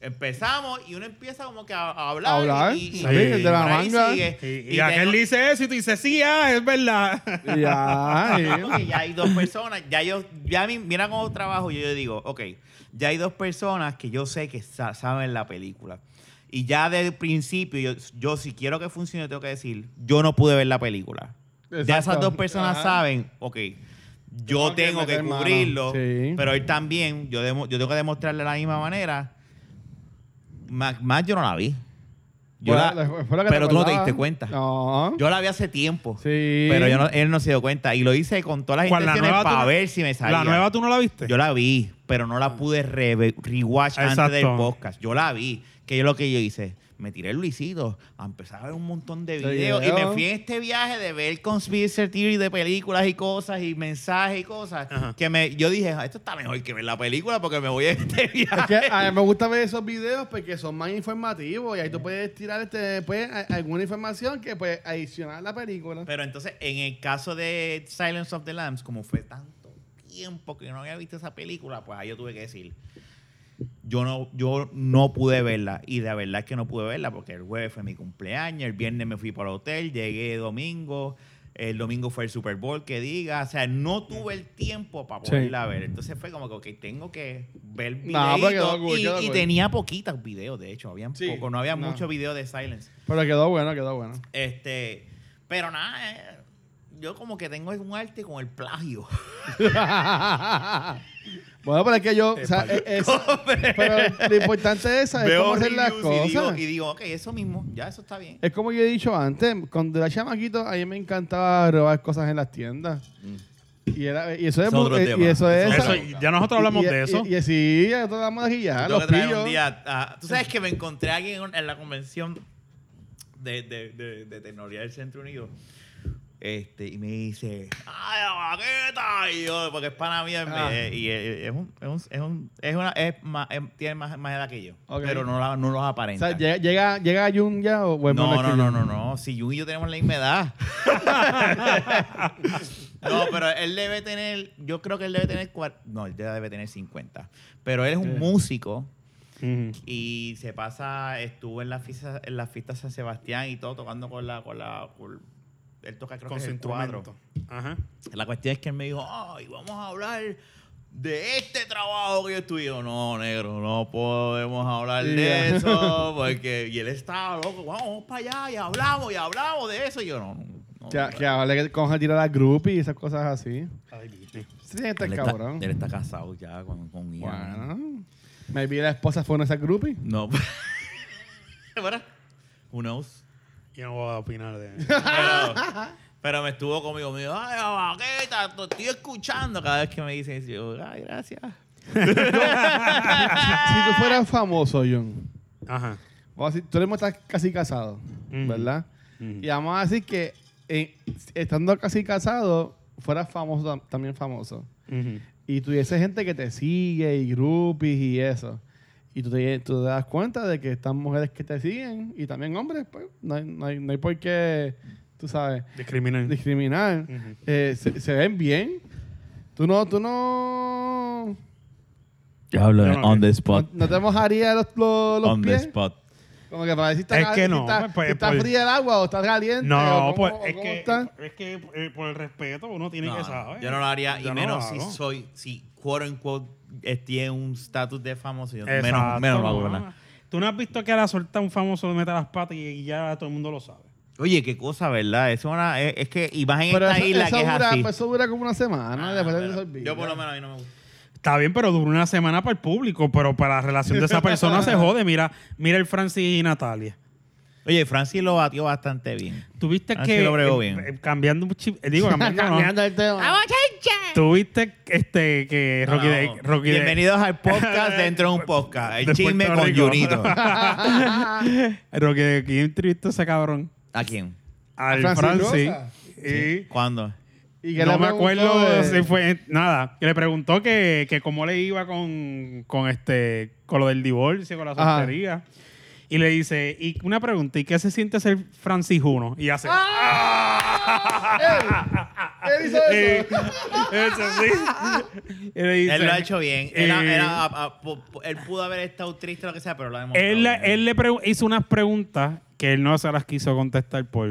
Speaker 3: Empezamos y uno empieza como que a, a hablar.
Speaker 2: A hablar,
Speaker 3: y, y-
Speaker 2: sí,
Speaker 3: y
Speaker 2: de la
Speaker 3: por ahí
Speaker 2: manga.
Speaker 3: sigue.
Speaker 1: Y, y
Speaker 3: Y
Speaker 1: aquel
Speaker 3: tengo-
Speaker 1: dice eso y tú dices, sí, ah, es
Speaker 3: (laughs)
Speaker 1: verdad.
Speaker 2: Ya,
Speaker 3: Ah,
Speaker 2: sí.
Speaker 3: porque ya hay dos personas, ya yo, ya mi- mira cómo trabajo, yo, yo digo, ok, ya hay dos personas que yo sé que sa- saben la película. Y ya del principio, yo, yo si quiero que funcione, tengo que decir, yo no pude ver la película. Ya
Speaker 2: Exacto.
Speaker 3: esas dos personas
Speaker 2: Ajá.
Speaker 3: saben, ok, yo
Speaker 2: Tengo que
Speaker 3: tengo que,
Speaker 2: meter mano.
Speaker 3: cubrirlo,
Speaker 2: Sí.
Speaker 3: pero él también, yo, demo- yo tengo que demostrarle de la misma manera. Más, más yo no la vi. Yo
Speaker 2: Bueno,
Speaker 3: la-
Speaker 2: fue lo que
Speaker 3: pero tú no te
Speaker 2: acordabas.
Speaker 3: diste cuenta.
Speaker 2: No.
Speaker 3: Yo la vi hace tiempo.
Speaker 2: Sí.
Speaker 3: Pero yo no- él no se dio cuenta. Y lo hice con todas las
Speaker 1: ¿Cuál, la
Speaker 3: intenciones
Speaker 1: nueva tú
Speaker 3: para
Speaker 1: no-
Speaker 3: ver si me salía.
Speaker 1: La nueva tú no la viste.
Speaker 3: Yo la vi, pero no la pude re- rewatch
Speaker 1: Exacto.
Speaker 3: antes del podcast. Yo la vi. Que es lo que yo hice. Me tiré el Luisito a empezar a ver un montón de
Speaker 2: De
Speaker 3: videos. Y
Speaker 2: video.
Speaker 3: me fui en este viaje de ver conspiracy theory de películas y cosas y mensajes y cosas.
Speaker 1: Ajá.
Speaker 3: Que me, yo dije, "Ah, esto está mejor que ver la película porque me voy a (laughs) este viaje.
Speaker 2: Es que a mí me gusta ver esos videos porque son más informativos y ahí tú puedes tirar este, pues, a- alguna información que pues adicionar a la película.
Speaker 3: Pero entonces, en el caso de Silence of the Lambs, como fue tanto tiempo que no había visto esa película, pues ahí yo tuve que decir, yo no, yo no pude verla. Y la verdad es que no pude verla porque el jueves fue mi cumpleaños, el viernes me fui para el hotel, llegué domingo, el domingo fue el Super Bowl, que diga. O sea, no tuve el tiempo para
Speaker 2: Sí.
Speaker 3: poderla ver. Entonces fue como que ok, tengo que ver
Speaker 2: No,
Speaker 3: videos.
Speaker 2: pero pues, quedó cool,
Speaker 3: y,
Speaker 2: quedó
Speaker 3: y
Speaker 2: cool.
Speaker 3: tenía poquitos videos, de hecho. Habían
Speaker 2: Sí,
Speaker 3: poco, no había
Speaker 2: no.
Speaker 3: muchos videos de Silence.
Speaker 2: Pero quedó bueno, quedó bueno. (laughs)
Speaker 3: Este, pero nada, eh, yo como que tengo un arte con el plagio. (laughs)
Speaker 2: bueno, pero es que yo, o sea, es- es- pero lo importante es saber cómo hacer las
Speaker 3: reviews y digo,
Speaker 2: cosas.
Speaker 3: y digo, ok, eso mismo, ya eso está bien.
Speaker 2: Es como yo he dicho antes, cuando era chamaquito, a mí me encantaba robar cosas en las tiendas.
Speaker 3: Mm.
Speaker 2: Y, era, y eso es...
Speaker 3: Eso es otro
Speaker 2: eh, y
Speaker 3: tema.
Speaker 2: eso es...
Speaker 1: Eso, ya nosotros hablamos
Speaker 2: y-
Speaker 1: de eso.
Speaker 2: Y, y, sí, ya nosotros hablamos de aquí ya,
Speaker 3: Tengo
Speaker 2: los
Speaker 3: que traer
Speaker 2: pillos.
Speaker 3: un día, ah, Tú sabes que me encontré a alguien en- en la convención de, de, de, de tecnología del Centro Unido. Este, y me dice, ¡ay, la maqueta! Y yo, porque es pana mía, me-
Speaker 2: Ah.
Speaker 3: eh, y eh, es un, es un, es un, es una, es más, es- tiene más, más edad que yo,
Speaker 2: Ok.
Speaker 3: pero no, la- no los
Speaker 2: O
Speaker 3: aparenta.
Speaker 2: sea, llega, llega, llega Jun ya o o es
Speaker 3: No,
Speaker 2: menor que
Speaker 3: no,
Speaker 2: Jun?
Speaker 3: no, no, no. Si Jun y yo tenemos la
Speaker 2: (laughs)
Speaker 3: misma edad. no, pero él debe tener, yo creo que él debe tener, cuar- no, él ya debe tener 50. Pero él es un
Speaker 2: Sí.
Speaker 3: músico
Speaker 1: Ujú.
Speaker 3: y se pasa, estuvo en la fiesta, en la fiesta San Sebastián y todo tocando con la, con la, con- él toca creo
Speaker 1: Con
Speaker 3: que
Speaker 1: su
Speaker 3: es el cuadro.
Speaker 1: instrumento. Ajá.
Speaker 3: La cuestión es que él me dijo, ay, vamos a hablar de este trabajo que yo estuve. Y yo, no, negro, no podemos hablar
Speaker 2: Sí, ya. (laughs)
Speaker 3: de eso. Porque, y él estaba loco, vamos, vamos para allá y hablamos y hablamos de eso. Y yo, no, no. no,
Speaker 2: Que,
Speaker 3: no".
Speaker 2: que ahora le coja tirar a groupies y esas cosas así.
Speaker 1: Ay, Disney.
Speaker 2: Sí, este
Speaker 3: él, está,
Speaker 2: cabrón.
Speaker 3: él está casado ya con, con mi hermana.
Speaker 2: Bueno. Maybe la esposa fue una de esas groupies.
Speaker 3: No, (laughs) ¿verdad? Who knows?
Speaker 1: Yo no voy a opinar de
Speaker 2: (laughs)
Speaker 3: Pero, pero me estuvo conmigo, me dijo, ay, la vaqueta, te estoy escuchando cada vez que me dicen eso. Yo, ay, gracias.
Speaker 2: Si tú fueras famoso, Jun,
Speaker 1: Ajá.
Speaker 2: vamos a decir, tú mismo estás casi casado,
Speaker 1: Ujú.
Speaker 2: ¿verdad?
Speaker 1: Ujú.
Speaker 2: Y vamos a decir que eh, estando casi casado, fueras famoso tam- también famoso.
Speaker 1: Ujú.
Speaker 2: Y tuviese gente que te sigue y groupies y eso. Y tú te, tú te das cuenta de que están mujeres que te siguen y también hombres, pues no hay, no hay, no hay por qué, tú sabes,
Speaker 1: Discriminan.
Speaker 2: discriminar.
Speaker 1: Ujú.
Speaker 2: Eh, se, se ven bien. Tú no, tú no,
Speaker 4: Diablo,
Speaker 1: No, no,
Speaker 4: on the
Speaker 2: no,
Speaker 4: spot.
Speaker 2: no te mojarías los, los, los
Speaker 4: on
Speaker 2: pies.
Speaker 4: the spot.
Speaker 2: Como que para decir
Speaker 1: Es que no,
Speaker 2: si está,
Speaker 1: pues,
Speaker 2: si está
Speaker 1: pues-
Speaker 2: fría el agua o está caliente.
Speaker 1: No,
Speaker 2: o cómo-
Speaker 1: pues
Speaker 2: o
Speaker 1: es
Speaker 2: cómo
Speaker 1: que,
Speaker 2: está.
Speaker 1: es que eh, por el respeto uno tiene que
Speaker 3: No,
Speaker 1: saber.
Speaker 3: Yo no lo haría,
Speaker 1: Yo
Speaker 3: y
Speaker 1: no
Speaker 3: menos
Speaker 1: lo
Speaker 3: si
Speaker 1: hago.
Speaker 3: soy, si quote unquote eh, tiene un estatus de famoso, yo menos,
Speaker 1: Exacto,
Speaker 3: menos lo hago,
Speaker 1: no.
Speaker 3: ¿verdad?
Speaker 1: Tú no has visto que a la suelta un famoso mete las patas y, y ya todo el mundo lo sabe.
Speaker 3: Oye, qué cosa, ¿verdad? Es, una, es, es que imagen esta
Speaker 2: eso,
Speaker 3: isla
Speaker 2: eso
Speaker 3: que es
Speaker 2: dura,
Speaker 3: así.
Speaker 2: pues, eso dura como una semana. después
Speaker 3: Ah,
Speaker 2: de eso
Speaker 3: pero
Speaker 2: olvida.
Speaker 1: (laughs)
Speaker 3: yo por lo menos a mí no me gusta.
Speaker 1: Está bien, pero duró una semana para el público, pero para la relación de
Speaker 2: (laughs)
Speaker 1: esa persona se jode. Mira, mira el Francis y Natalia.
Speaker 3: Oye, Francis lo batió bastante bien.
Speaker 1: Tuviste
Speaker 3: Ah, sí
Speaker 1: que
Speaker 3: lo bregó
Speaker 1: eh,
Speaker 3: bien.
Speaker 1: eh, cambiando un chip,
Speaker 2: (laughs)
Speaker 1: eh, digo cambiando, no.
Speaker 2: Cambiando el tema.
Speaker 1: Tuviste este que Rocky
Speaker 3: No,
Speaker 1: de-
Speaker 3: no.
Speaker 1: Rocky de-
Speaker 3: Bienvenidos al
Speaker 1: (laughs)
Speaker 3: podcast dentro de un podcast. El
Speaker 1: de
Speaker 3: chisme
Speaker 1: Puerto
Speaker 3: con
Speaker 1: Rico. (laughs)
Speaker 3: Junito.
Speaker 1: Rocky de ¿quién entrevistó a ese cabrón?
Speaker 3: ¿A quién?
Speaker 1: Al
Speaker 2: Francis
Speaker 1: Francis.
Speaker 2: Rosa.
Speaker 1: Y
Speaker 3: ¿Cuándo?
Speaker 2: Y que
Speaker 1: no
Speaker 2: le
Speaker 1: me
Speaker 2: preguntó
Speaker 1: acuerdo
Speaker 2: de-
Speaker 1: si fue nada que le preguntó que, que cómo le iba con, con este con lo del divorcio con la
Speaker 2: Ajá.
Speaker 1: soltería y le dice y una pregunta y qué se siente ser Francijuno y hace
Speaker 2: ¡Ah!
Speaker 1: (laughs)
Speaker 2: Él hizo eso.
Speaker 1: Eh, eso
Speaker 2: (laughs)
Speaker 1: sí. Y le dice,
Speaker 3: Él lo ha hecho bien. Él, ha-
Speaker 1: eh,
Speaker 3: él ha- ha- pu- pu- él pudo haber estado triste o lo que sea, pero lo ha demostrado.
Speaker 1: él,
Speaker 3: bien.
Speaker 1: él le pregu- hizo unas preguntas que él no se las quiso contestar por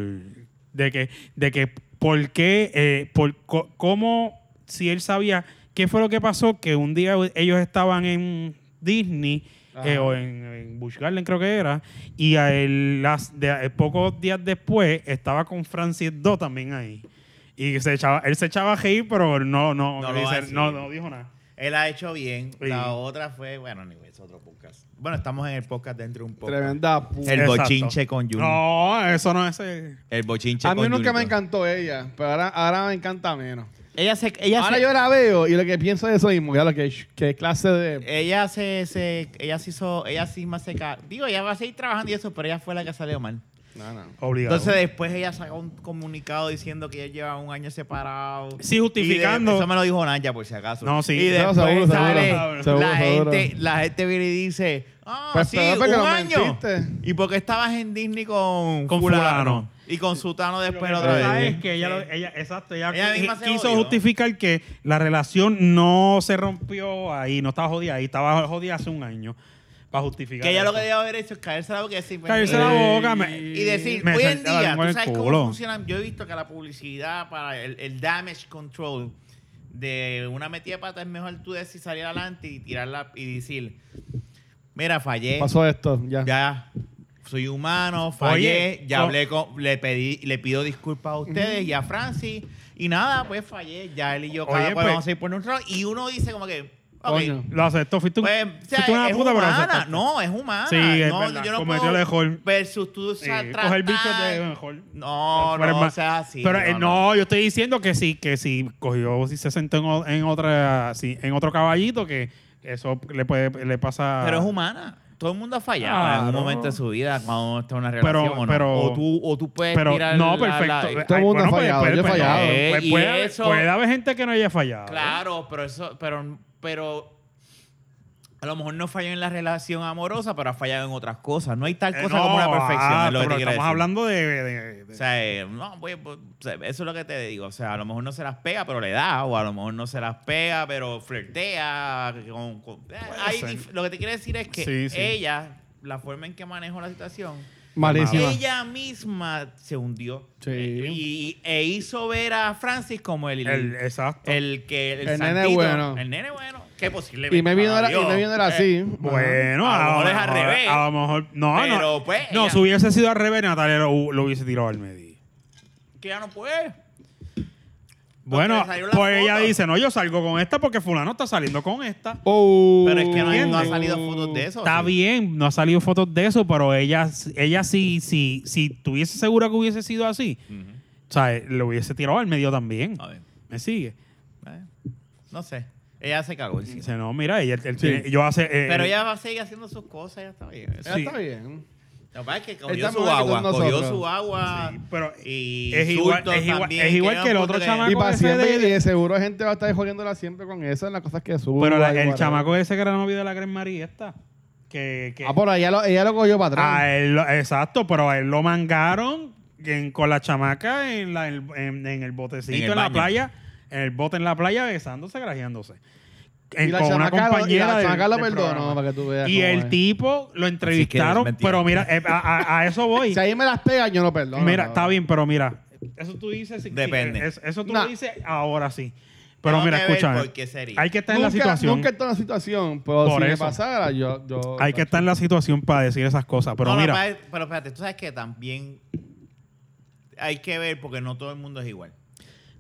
Speaker 1: de que de que por qué eh, por co- cómo si él sabía qué fue lo que pasó que un día ellos estaban en Disney eh,
Speaker 2: Ajá.
Speaker 1: o en, en Busch Garden creo que era y a él, las, de- eh, pocos días después estaba con Francis Do también ahí y se echaba él se echaba a reír pero no no
Speaker 3: No
Speaker 1: le
Speaker 3: lo va a
Speaker 1: dice-
Speaker 3: decir.
Speaker 1: no, no dijo nada
Speaker 3: Él ha hecho bien.
Speaker 1: Sí.
Speaker 3: La otra fue, bueno, ni es otro podcast. Bueno, estamos en el podcast dentro de un podcast.
Speaker 2: Tremenda puta.
Speaker 3: El
Speaker 1: Exacto.
Speaker 3: bochinche con Jun.
Speaker 1: no eso no es el-
Speaker 3: El bochinche
Speaker 2: A
Speaker 3: con
Speaker 2: mí nunca me
Speaker 3: Junito.
Speaker 2: encantó ella, pero ahora, ahora me encanta menos.
Speaker 3: Ella se, ella
Speaker 2: Ahora
Speaker 3: se,
Speaker 2: yo la veo y lo que pienso de eso mismo, ya lo que, que clase de...
Speaker 3: ella se, se- ella se hizo, ella sí más se ca- Digo, ella va a seguir trabajando y eso, pero ella fue la que salió mal.
Speaker 2: No, no.
Speaker 1: obligado
Speaker 3: Entonces después ella sacó un comunicado diciendo que ella lleva un año separado.
Speaker 1: Sí, justificando.
Speaker 3: Y de- eso me lo dijo Naya, por si acaso.
Speaker 1: No, sí.
Speaker 3: Y
Speaker 2: No,
Speaker 3: después
Speaker 2: seguro, seguro.
Speaker 3: sale
Speaker 2: Seguro,
Speaker 3: la,
Speaker 2: seguro.
Speaker 3: Gente, la gente viene y dice, ah,
Speaker 2: Pues
Speaker 3: sí,
Speaker 2: peor porque
Speaker 3: un
Speaker 2: nos
Speaker 3: año.
Speaker 2: mentiste.
Speaker 3: ¿Y porque estabás en Disney con,
Speaker 1: Con fulano.
Speaker 3: Y con Sutano después la
Speaker 1: Lo que
Speaker 3: otra
Speaker 1: pasa
Speaker 3: vez.
Speaker 1: es que ella, lo-
Speaker 3: Sí.
Speaker 1: ella- exacto, ella,
Speaker 3: Ella
Speaker 1: qui-
Speaker 3: misma se
Speaker 1: quiso
Speaker 3: jodió.
Speaker 1: justificar que la relación no se rompió ahí, no estaba jodida ahí, estaba jodida hace un año para justificar.
Speaker 3: Que ella lo
Speaker 1: eso.
Speaker 3: que debe haber hecho es caerse la boca y decir, pues,
Speaker 1: Caerse la
Speaker 3: eh,
Speaker 1: boca me-
Speaker 3: Y decir,
Speaker 1: me
Speaker 3: hoy en
Speaker 1: saltaba la
Speaker 3: día,
Speaker 1: lengua
Speaker 3: tú
Speaker 1: en el
Speaker 3: sabes
Speaker 1: culo.
Speaker 3: cómo funcionan. Yo he visto que la publicidad para el, el damage control de una metida de pata es mejor tú decir salir adelante y tirarla y decir, mira, fallé,
Speaker 2: Pasó esto, ya.
Speaker 3: Eh, ya soy humano, fallé,
Speaker 1: Oye,
Speaker 3: ya
Speaker 1: co-
Speaker 3: hablé con, le pedí, le pido disculpas a ustedes y a Francis y nada, pues fallé, ya él y yo cada
Speaker 1: Oye,
Speaker 3: cual
Speaker 1: pues-
Speaker 3: vamos a ir por un rol y uno dice como que, ok,
Speaker 2: Coño.
Speaker 1: Lo aceptó, fuiste, un-
Speaker 3: pues, o sea,
Speaker 1: fuiste una
Speaker 3: es
Speaker 1: puta, pero lo
Speaker 3: humana.
Speaker 1: aceptaste.
Speaker 3: No, es humana.
Speaker 1: Sí, es
Speaker 3: no,
Speaker 1: verdad.
Speaker 3: yo no
Speaker 1: Cometió
Speaker 3: puedo
Speaker 1: el error.
Speaker 3: Versus tú o
Speaker 1: Sí,
Speaker 3: sea,
Speaker 1: coger bicho
Speaker 3: tratar-
Speaker 1: de mejor.
Speaker 3: No,
Speaker 1: Pero es
Speaker 3: no, o
Speaker 1: más-
Speaker 3: sea, así.
Speaker 1: Pero eh, no, yo estoy diciendo que sí, que si cogió, si se sentó en, o- en otra, sí, en otro caballito, que eso le puede, le pasa.
Speaker 3: Pero es humana. Todo el mundo ha fallado en algún
Speaker 1: Claro.
Speaker 3: momento de su vida cuando uno está en una
Speaker 1: Pero-
Speaker 3: relación o no.
Speaker 1: pero-
Speaker 3: o, tú, o tú puedes
Speaker 1: Pero
Speaker 3: tirar
Speaker 1: no,
Speaker 3: la-
Speaker 1: perfecto.
Speaker 3: la-
Speaker 2: Todo el mundo ha
Speaker 1: pues,
Speaker 2: fallado,
Speaker 1: pues,
Speaker 2: yo he
Speaker 1: pues,
Speaker 2: fallado.
Speaker 1: pues,
Speaker 3: Eh, y
Speaker 1: puede, haber-
Speaker 3: eso-
Speaker 1: puede haber gente que no haya fallado.
Speaker 3: claro, pero eso, pero, pero a lo mejor no falló en la relación amorosa, pero ha fallado en otras cosas. No hay tal
Speaker 1: Eh,
Speaker 3: cosa
Speaker 1: no,
Speaker 3: como una perfección.
Speaker 1: ah,
Speaker 3: es lo que te
Speaker 1: pero
Speaker 3: quiero
Speaker 1: estamos
Speaker 3: decir.
Speaker 1: hablando de, de- de-
Speaker 3: O sea, eh, no, pues, pues, o sea, eso es lo que te digo. O sea, a lo mejor no se las pega, pero le da. O a lo mejor no se las pega, pero flirtea. con- con- eh, hay
Speaker 1: ser.
Speaker 3: dif- lo que te quiero decir es que
Speaker 1: Sí, sí.
Speaker 3: ella, la forma en que manejó la situación,
Speaker 2: Malísima.
Speaker 3: ella misma se hundió.
Speaker 2: Sí.
Speaker 3: Eh, Y, e hizo ver a Francis como el...
Speaker 1: el,
Speaker 3: el
Speaker 1: exacto.
Speaker 3: que el,
Speaker 2: El nene
Speaker 3: santito,
Speaker 2: bueno. Eh,
Speaker 3: El nene bueno. Que posiblemente.
Speaker 2: Y me vino era,
Speaker 3: para
Speaker 2: y me
Speaker 3: Dios.
Speaker 2: vino era
Speaker 3: Eh,
Speaker 2: así.
Speaker 1: bueno,
Speaker 3: a lo
Speaker 1: a,
Speaker 3: mejor es
Speaker 1: lo
Speaker 3: al
Speaker 1: mejor-
Speaker 3: revés.
Speaker 1: A lo mejor. No,
Speaker 3: Pero,
Speaker 1: no.
Speaker 3: pues,
Speaker 1: no,
Speaker 3: ella-
Speaker 1: si hubiese sido al revés, Natalia lo, lo hubiese tirado al medio.
Speaker 3: Que ya no puede.
Speaker 1: Bueno,
Speaker 3: salió
Speaker 1: pues
Speaker 3: la
Speaker 1: ella
Speaker 3: foto.
Speaker 1: dice, no, yo salgo con esta porque fulano está saliendo con esta.
Speaker 2: Oh.
Speaker 3: Pero es que no, hay- no ha
Speaker 1: ¿Entiendes?
Speaker 3: salido fotos de eso.
Speaker 1: Está
Speaker 3: sí.
Speaker 1: bien, no ha salido fotos de eso, pero ella, ella sí, sí, si tuviese segura que hubiese sido así,
Speaker 3: Ujú. Ah,
Speaker 1: o sea, lo hubiese tirado al medio también.
Speaker 3: A ver.
Speaker 1: ¿Me sigue?
Speaker 3: Eh, No sé. Ella se cagó encima.
Speaker 1: Dice, no, mira, ella, él tiene-
Speaker 2: Sí.
Speaker 1: yo hace... eh,
Speaker 3: Pero
Speaker 1: él-
Speaker 3: ella va a seguir haciendo sus cosas, ya está bien.
Speaker 2: Ya
Speaker 1: Sí.
Speaker 2: está bien.
Speaker 3: Lo que pasa es que cogió
Speaker 2: Estamos
Speaker 3: su
Speaker 2: aquí
Speaker 3: agua,
Speaker 2: con
Speaker 3: cogió
Speaker 2: nosotros.
Speaker 3: su agua
Speaker 1: Sí, pero
Speaker 3: y
Speaker 1: es igual-
Speaker 3: insultos
Speaker 1: es igual-
Speaker 3: también,
Speaker 1: es igual
Speaker 3: era
Speaker 1: que el
Speaker 3: un
Speaker 1: otro
Speaker 3: punto
Speaker 1: chamaco.
Speaker 2: Y
Speaker 1: Ah, con
Speaker 2: para
Speaker 1: ese
Speaker 2: siempre, y
Speaker 1: de-
Speaker 2: de seguro gente va a estar jodiéndola siempre con eso, en las cosas que sube.
Speaker 1: Pero la- el chamaco ese que era novio de la Gran María está. que, que-
Speaker 2: Ah, por ahí ella lo, ella lo cogió para atrás.
Speaker 1: a él lo- exacto, pero a él lo mangaron en- con la chamaca en, la- en- en- en el botecito
Speaker 3: En
Speaker 1: en,
Speaker 3: el
Speaker 1: la
Speaker 3: baño.
Speaker 1: playa, en el bote en la playa, besándose, grajeándose. En-
Speaker 2: y la
Speaker 1: eh, con una
Speaker 2: chamaca lo- y
Speaker 1: compañera.
Speaker 2: la
Speaker 1: del-
Speaker 2: chamaca lo
Speaker 1: del
Speaker 2: perdonó
Speaker 1: programa.
Speaker 2: para que tú veas.
Speaker 1: Y
Speaker 2: cómo
Speaker 1: el
Speaker 2: es.
Speaker 1: tipo lo
Speaker 4: que es
Speaker 1: entrevistaron,
Speaker 4: mentira.
Speaker 1: pero mira, eh, a, a- a eso
Speaker 2: (laughs)
Speaker 1: voy.
Speaker 2: Si ahí me las pegan, yo no perdono.
Speaker 1: mira,
Speaker 2: cabrón.
Speaker 1: está bien, pero mira, eso tú dices. si- si-
Speaker 3: Depende.
Speaker 1: es- eso tú
Speaker 2: Nah.
Speaker 1: lo dices ahora sí. Pero
Speaker 3: Tengo
Speaker 1: mira,
Speaker 3: que ver
Speaker 1: escúchame.
Speaker 3: por qué sería.
Speaker 1: Hay que estar en
Speaker 2: Nunca-
Speaker 1: la situación.
Speaker 2: Nunca está en la situación, pero
Speaker 1: Por
Speaker 2: si me
Speaker 1: eso.
Speaker 2: pasara, yo. yo
Speaker 1: Hay que estar en la situación para decir esas cosas. Pero
Speaker 3: No, no,
Speaker 1: mira,
Speaker 3: pa- pero espérate, tú sabes que también hay que ver porque no todo el mundo es igual.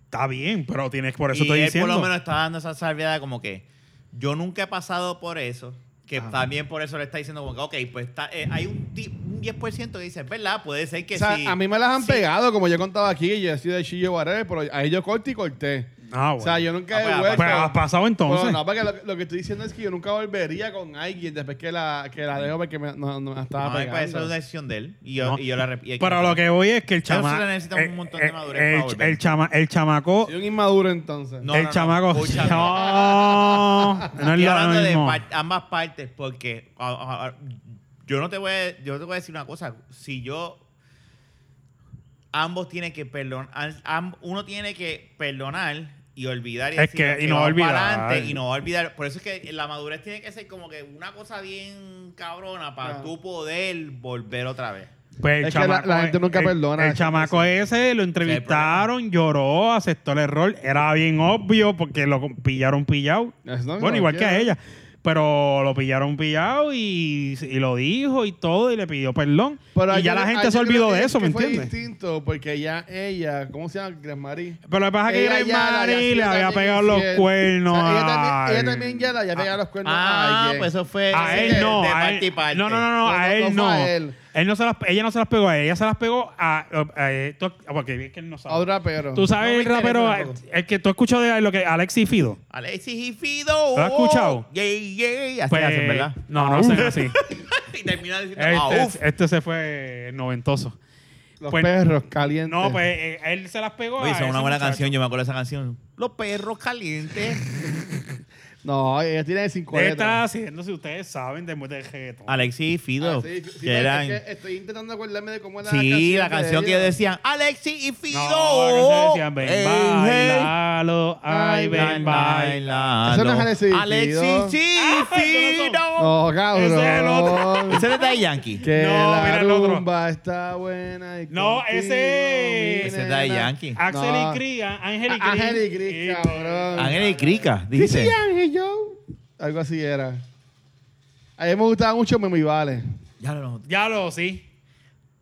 Speaker 1: está bien, pero tienes por eso
Speaker 3: y
Speaker 1: estoy
Speaker 3: él
Speaker 1: diciendo.
Speaker 3: por lo menos está dando esa salvedad como que yo nunca he pasado por eso. Que también por eso le está diciendo como que, ok, pues está, eh, hay un, ti- un 10% que dice, es verdad, puede ser que
Speaker 2: O sea,
Speaker 3: sí.
Speaker 2: a mí me las han
Speaker 3: sí.
Speaker 2: pegado, como yo he contado aquí, yo he sido de chillo whatever, pero ahí yo corté y corté.
Speaker 1: Ah, bueno.
Speaker 2: O sea, yo nunca
Speaker 3: Ah,
Speaker 2: he
Speaker 3: pues,
Speaker 2: vuelto.
Speaker 1: Pues, ¿has pasado entonces?
Speaker 2: Pero no, porque lo, lo que estoy diciendo es que yo nunca volvería con alguien después que la, que la dejo porque me, no, no me estaba
Speaker 3: No, pues,
Speaker 2: pegando.
Speaker 3: eso es una decisión de él. Y yo,
Speaker 1: No.
Speaker 3: y yo la rep- y hay
Speaker 1: Pero lo que voy es que el
Speaker 3: Eso se
Speaker 1: chamaco.
Speaker 3: le necesita un montón de madurez
Speaker 1: el,
Speaker 3: para volver.
Speaker 1: el chama- el chamaco.
Speaker 2: Soy un inmaduro entonces.
Speaker 3: No,
Speaker 1: el
Speaker 3: no, no,
Speaker 1: chamaco. (laughs)
Speaker 3: escúchame.
Speaker 1: No, no es
Speaker 3: Estoy
Speaker 1: lo
Speaker 3: hablando de
Speaker 1: mismo.
Speaker 3: par- ambas partes porque a- a- a- yo no te voy a, yo te voy a decir una cosa. Si yo ambos tienen que perdonar, uno tiene que perdonar y olvidar y,
Speaker 1: Es
Speaker 3: decir,
Speaker 1: que-
Speaker 3: "Ok,
Speaker 1: y no
Speaker 3: vamos
Speaker 1: olvidar".
Speaker 3: para adelante", y no olvidar. Por eso es que la madurez tiene que ser como que una cosa bien cabrona para
Speaker 2: Claro.
Speaker 3: tú poder volver otra vez.
Speaker 1: Pues el
Speaker 2: Es que la- la
Speaker 1: eh,
Speaker 2: gente nunca
Speaker 1: el-
Speaker 2: perdona
Speaker 1: El
Speaker 2: esas
Speaker 1: chamaco ese lo entrevistaron, lloró, aceptó el error. Era bien obvio porque lo com- pillaron pillado.
Speaker 2: Eso no,
Speaker 1: bueno, igual que a
Speaker 2: cualquiera.
Speaker 1: ella. Pero lo pillaron pillado y, y lo dijo y todo y le pidió perdón.
Speaker 2: Pero
Speaker 1: y ya
Speaker 2: ayer-
Speaker 1: la gente
Speaker 2: ayer
Speaker 1: se
Speaker 2: yo
Speaker 1: olvidó
Speaker 2: creo
Speaker 1: de
Speaker 2: que-
Speaker 1: eso,
Speaker 2: que
Speaker 1: ¿me
Speaker 2: fue
Speaker 1: entiendes?
Speaker 2: distinto porque ya ella, ¿cómo se llama? Gresmarí.
Speaker 1: Pero lo que pasa es Ah, que
Speaker 2: Ella
Speaker 1: Irene
Speaker 2: ya- ya
Speaker 1: Marí
Speaker 2: sí
Speaker 1: le había
Speaker 2: también
Speaker 1: pegado los
Speaker 2: infiel.
Speaker 1: cuernos.
Speaker 2: O sea, ella,
Speaker 1: al-
Speaker 2: también, ella también ya le había pegado los cuernos a alguien.
Speaker 3: pues eso fue
Speaker 1: A
Speaker 2: Así
Speaker 1: él
Speaker 2: que
Speaker 1: no,
Speaker 3: de
Speaker 1: a
Speaker 3: parte y
Speaker 1: él,
Speaker 3: parte.
Speaker 1: no, no, no, no,
Speaker 2: No,
Speaker 1: a
Speaker 2: no,
Speaker 1: él
Speaker 2: no
Speaker 1: no.
Speaker 2: fue a él.
Speaker 1: Él no se las, ella no se las pegó a él, ella se las pegó a, a- a- tú- porque es que él no sabe.
Speaker 2: A un rapero.
Speaker 1: Tú sabes
Speaker 2: No me
Speaker 1: el rapero, eh,
Speaker 2: interesa tampoco.
Speaker 1: el que tú escuchado de lo que Alexis Fido.
Speaker 3: Alexis y Fido. oh,
Speaker 1: ¿Lo has escuchado?
Speaker 3: Yeah, yeah. Así
Speaker 1: Pues,
Speaker 3: hacen, ¿verdad? (laughs)
Speaker 1: No, no hacen así.
Speaker 3: y termina diciendo, "Ah,
Speaker 1: Este,
Speaker 3: uf".
Speaker 1: este se fue noventoso.
Speaker 2: Los
Speaker 1: pues-
Speaker 2: perros calientes.
Speaker 1: No, pues eh, él se las pegó a
Speaker 3: Oye, esa es
Speaker 1: ese
Speaker 3: una buena
Speaker 1: muchacho.
Speaker 3: canción, yo me acuerdo de esa canción. Los perros calientes.
Speaker 2: No, ella tiene 50.
Speaker 1: Él
Speaker 3: Ah,
Speaker 1: está haciendo, si ustedes saben, de de reggaetón.
Speaker 3: Alexis y Fido.
Speaker 2: Ah, sí, sí,
Speaker 3: que eran-
Speaker 2: es que estoy intentando acordarme de cómo era
Speaker 3: Sí, la canción que
Speaker 2: ellos.
Speaker 3: decían Alexis y Fido.
Speaker 1: No, la canción decía, ven,
Speaker 3: Ey,
Speaker 1: bailalo, ay,
Speaker 2: Ay,
Speaker 1: ven,
Speaker 3: hey,
Speaker 1: baila. Ah,
Speaker 3: bailando.
Speaker 2: Eso no es Alexis y Fido.
Speaker 3: Alexis y Fido.
Speaker 2: No, cabrón.
Speaker 1: Ese es el otro.
Speaker 3: Ese es de Daddy
Speaker 2: (laughs)
Speaker 3: Yankee.
Speaker 2: Que
Speaker 1: No,
Speaker 2: la
Speaker 1: mira el otro.
Speaker 2: rumba está buena. y
Speaker 1: No, ese-
Speaker 2: contigo,
Speaker 3: Ese es
Speaker 2: mi
Speaker 3: Daddy
Speaker 2: nena.
Speaker 3: Yankee.
Speaker 1: Axel
Speaker 2: No.
Speaker 1: y Cría, Ángel y Cría.
Speaker 2: Ángel y Cris, cabrón.
Speaker 3: Ángel y Crica,
Speaker 2: Dice
Speaker 3: dice.
Speaker 2: Ángel, yo. Algo así era. A mí me gustaba mucho Mimi Vale.
Speaker 3: Ya lo
Speaker 1: Ya lo, sí.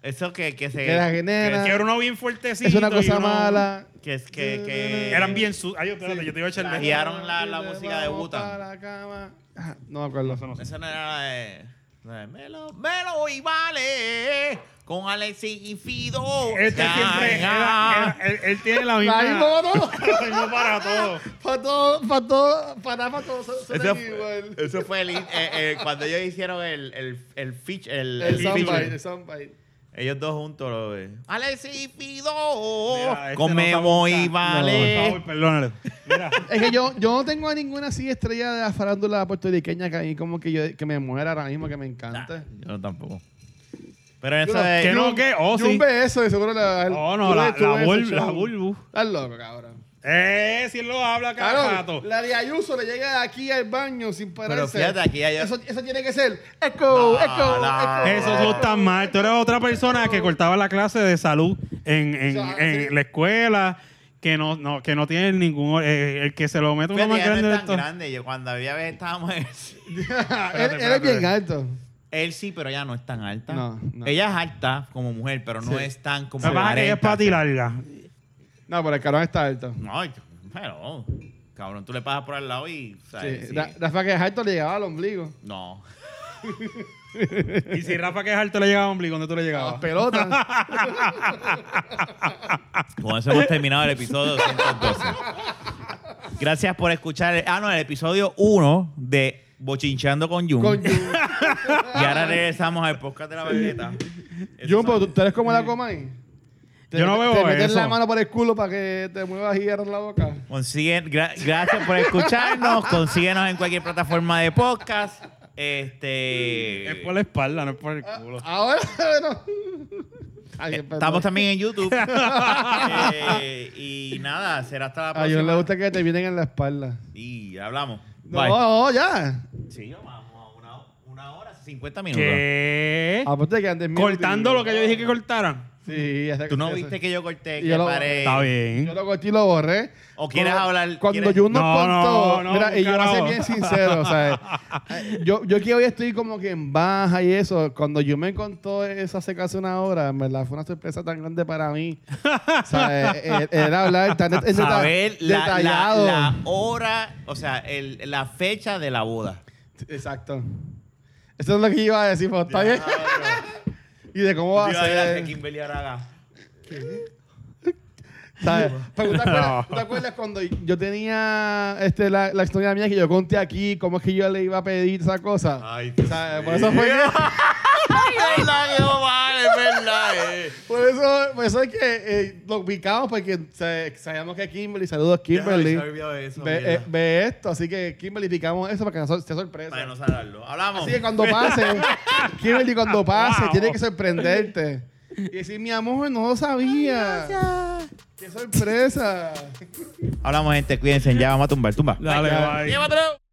Speaker 3: Eso que, que se.
Speaker 2: Que la genera.
Speaker 1: Que era uno bien fuertecito.
Speaker 2: Es una
Speaker 1: y
Speaker 2: cosa
Speaker 1: uno-
Speaker 2: mala.
Speaker 3: Que, es- que, que-
Speaker 1: Eran bien su... Ay, espérate, yo te iba a echar
Speaker 3: Y
Speaker 1: de...
Speaker 3: a- Guiaron la- la música de Wu-Tang.
Speaker 2: Para la cama. Ah, No me acuerdo.
Speaker 3: Esa no era la de. la de Melo, Melo y Vale. Con Alexis y Fido.
Speaker 1: Este
Speaker 3: Ya,
Speaker 1: siempre...
Speaker 3: ya.
Speaker 1: era- era- él, él tiene la misma... (laughs)
Speaker 2: La misma no. (laughs)
Speaker 1: lo mismo para todo.
Speaker 2: Para todo, para todo, para para todo. su- suena
Speaker 3: Eso
Speaker 2: igual.
Speaker 3: fue, eso fue el, eh, eh, cuando ellos hicieron el, el, el, feature, el,
Speaker 2: El
Speaker 3: el
Speaker 2: soundbite,
Speaker 3: feature.
Speaker 2: el soundbite.
Speaker 3: Ellos dos juntos. Lo, de, Alexis y Fido.
Speaker 1: Mira, este
Speaker 3: con
Speaker 1: no sabe
Speaker 3: Memo y
Speaker 1: buscar. Por
Speaker 3: Vale.
Speaker 1: favor, perdónalo. Mira,
Speaker 2: Es que yo, yo no tengo a ninguna así estrella de la farándula puertorriqueña que a mí como que, yo, que me muera ahora mismo, que me encanta.
Speaker 3: Yo no tampoco. Pero eso
Speaker 2: Yo-
Speaker 3: es.
Speaker 1: que no,
Speaker 2: Jun-
Speaker 1: que... Oh,
Speaker 2: Yo
Speaker 1: sí.
Speaker 2: ve eso y seguro la...
Speaker 1: Oh,
Speaker 2: tú
Speaker 1: no, la,
Speaker 2: ves- tú
Speaker 1: la,
Speaker 2: ves ese
Speaker 1: bul- la
Speaker 2: show.
Speaker 1: bulbu.
Speaker 2: Estás loco, cabrón.
Speaker 1: Eh, si él lo habla cada rato.
Speaker 2: Cabrón, la de Ayuso le llega de aquí al baño sin pararse.
Speaker 3: Pero fíjate, aquí hay-
Speaker 2: Eso, eso tiene que ser eco,
Speaker 3: No,
Speaker 2: eco,
Speaker 3: no,
Speaker 2: eco.
Speaker 1: Eso no está mal. Tú eres otra persona que cortaba la clase de salud en, en-
Speaker 2: O sea,
Speaker 1: en
Speaker 2: sí.
Speaker 1: la escuela, que no, no, que no tiene ningún... eh, el que se lo mete uno más
Speaker 3: Fíjate, ya no es
Speaker 1: grande de
Speaker 3: tan
Speaker 1: esto.
Speaker 3: grande. Yo cuando había vez estábamos en el-
Speaker 2: Ah, Él, él es bien alto.
Speaker 3: Él sí, pero ella no es tan alta.
Speaker 2: No, no.
Speaker 3: Ella es alta como mujer, pero no es tan como.
Speaker 1: Lo que pasa es que ella es para ti
Speaker 3: areta.
Speaker 1: larga.
Speaker 2: No, pero el cabrón está alto.
Speaker 3: No, yo- pero. Cabrón, tú le pasas por al lado y. ¿sabes?
Speaker 2: Sí.
Speaker 3: Sí.
Speaker 2: Ra- Rafa que es alto le llegaba al ombligo.
Speaker 3: No.
Speaker 1: Y si Rafa que es alto le llegaba a ombligo, ¿dónde tú le
Speaker 2: A las
Speaker 1: llegabas?
Speaker 2: pelotas.
Speaker 3: Con eso hemos terminado el episodio 212. Gracias por escuchar. el- ah, no, el episodio 1 de Bochinchando con
Speaker 2: (laughs)
Speaker 3: Jun.
Speaker 2: con Jun.
Speaker 3: Y ahora regresamos al podcast de la banqueta. Esos
Speaker 2: Jun, pero
Speaker 3: son-
Speaker 2: tú, tú eres como la Comay. Te-
Speaker 1: Yo no veo
Speaker 2: Te metes
Speaker 1: eso.
Speaker 2: la mano por el culo para que te muevas y abras la boca.
Speaker 3: Consiguen, gra- gracias por escucharnos. Consíguenos en cualquier plataforma de podcast. Este.
Speaker 1: Es por la espalda, no es por el culo.
Speaker 3: Ah,
Speaker 2: Ahora, (laughs) bueno. Ay,
Speaker 3: eh,
Speaker 2: perdón.
Speaker 3: Estamos también en
Speaker 2: (laughs)
Speaker 3: YouTube. Eh, y nada, será hasta la
Speaker 2: A
Speaker 3: próxima.
Speaker 2: John le gusta que te vienen en la espalda.
Speaker 3: Y hablamos.
Speaker 2: No,
Speaker 3: Bye.
Speaker 2: no, ya.
Speaker 3: Sí, vamos a una, una hora, 50 minutos.
Speaker 1: ¿Qué?
Speaker 3: ah.
Speaker 2: Aparte que antes
Speaker 1: Cortando lo que yo dije que cortaran.
Speaker 2: Sí, ya sé-
Speaker 3: ¿Tú no
Speaker 2: ya sé.
Speaker 3: viste que yo corté,
Speaker 2: Yo
Speaker 3: que
Speaker 2: lo-
Speaker 3: paré?
Speaker 1: Está
Speaker 2: Yo
Speaker 1: bien.
Speaker 2: lo corté y lo borré.
Speaker 3: ¿O quieres
Speaker 2: Cuando-
Speaker 3: hablar-
Speaker 2: Cuando
Speaker 3: quieres-
Speaker 2: Jun nos
Speaker 1: No,
Speaker 2: contó.
Speaker 1: no, no,
Speaker 2: mira, y yo voy a ser
Speaker 1: carajo.
Speaker 2: bien sincero,
Speaker 1: (laughs)
Speaker 2: o sea, eh, yo, yo que hoy estoy como que en baja y eso. Cuando Jun me contó eso hace casi una hora, en verdad fue una sorpresa tan grande para mí. O sea,
Speaker 1: (laughs)
Speaker 2: eh, eh, era hablar tan det- en deta-
Speaker 3: Saber la, la,
Speaker 2: detallado.
Speaker 3: la hora, o sea, el- la fecha de la boda.
Speaker 2: Exacto. Eso es lo que iba a decir, pues, está bien. (laughs) y de cómo va a
Speaker 3: Yo iba decir que
Speaker 2: ser.
Speaker 3: Kimberly ahora haga.
Speaker 1: (laughs)
Speaker 2: ¿sabes? Pero ¿tú te, acuerdas, tú te acuerdas cuando yo tenía este, la, la historia mía que yo conté aquí, cómo es que yo le iba a pedir esa cosa?
Speaker 3: Ay,
Speaker 2: O sea, por eso fue
Speaker 3: es verdad que no vale, es verdad. eh.
Speaker 2: por eso, por eso es que eh, lo ubicamos porque se- sabíamos que Kimberly, saludos Kimberly,
Speaker 3: Ya, se me olvidó eso, mierda.
Speaker 2: ve, eh, ve esto, así que Kimberly picamos eso para que no so- sea sorpresa.
Speaker 3: Para no salarlo. Hablamos.
Speaker 2: Así que cuando
Speaker 3: (laughs)
Speaker 2: pase, Kimberly, cuando pase,
Speaker 1: Wow.
Speaker 2: tiene que sorprenderte. Y decir, mi amor, no lo sabía. ¡Qué sorpresa!
Speaker 3: Hablamos, gente. Cuídense. Ya vamos a tumbar. Tumba.
Speaker 1: Dale,
Speaker 2: Ay, ya.
Speaker 1: bye.
Speaker 3: Llévatelo.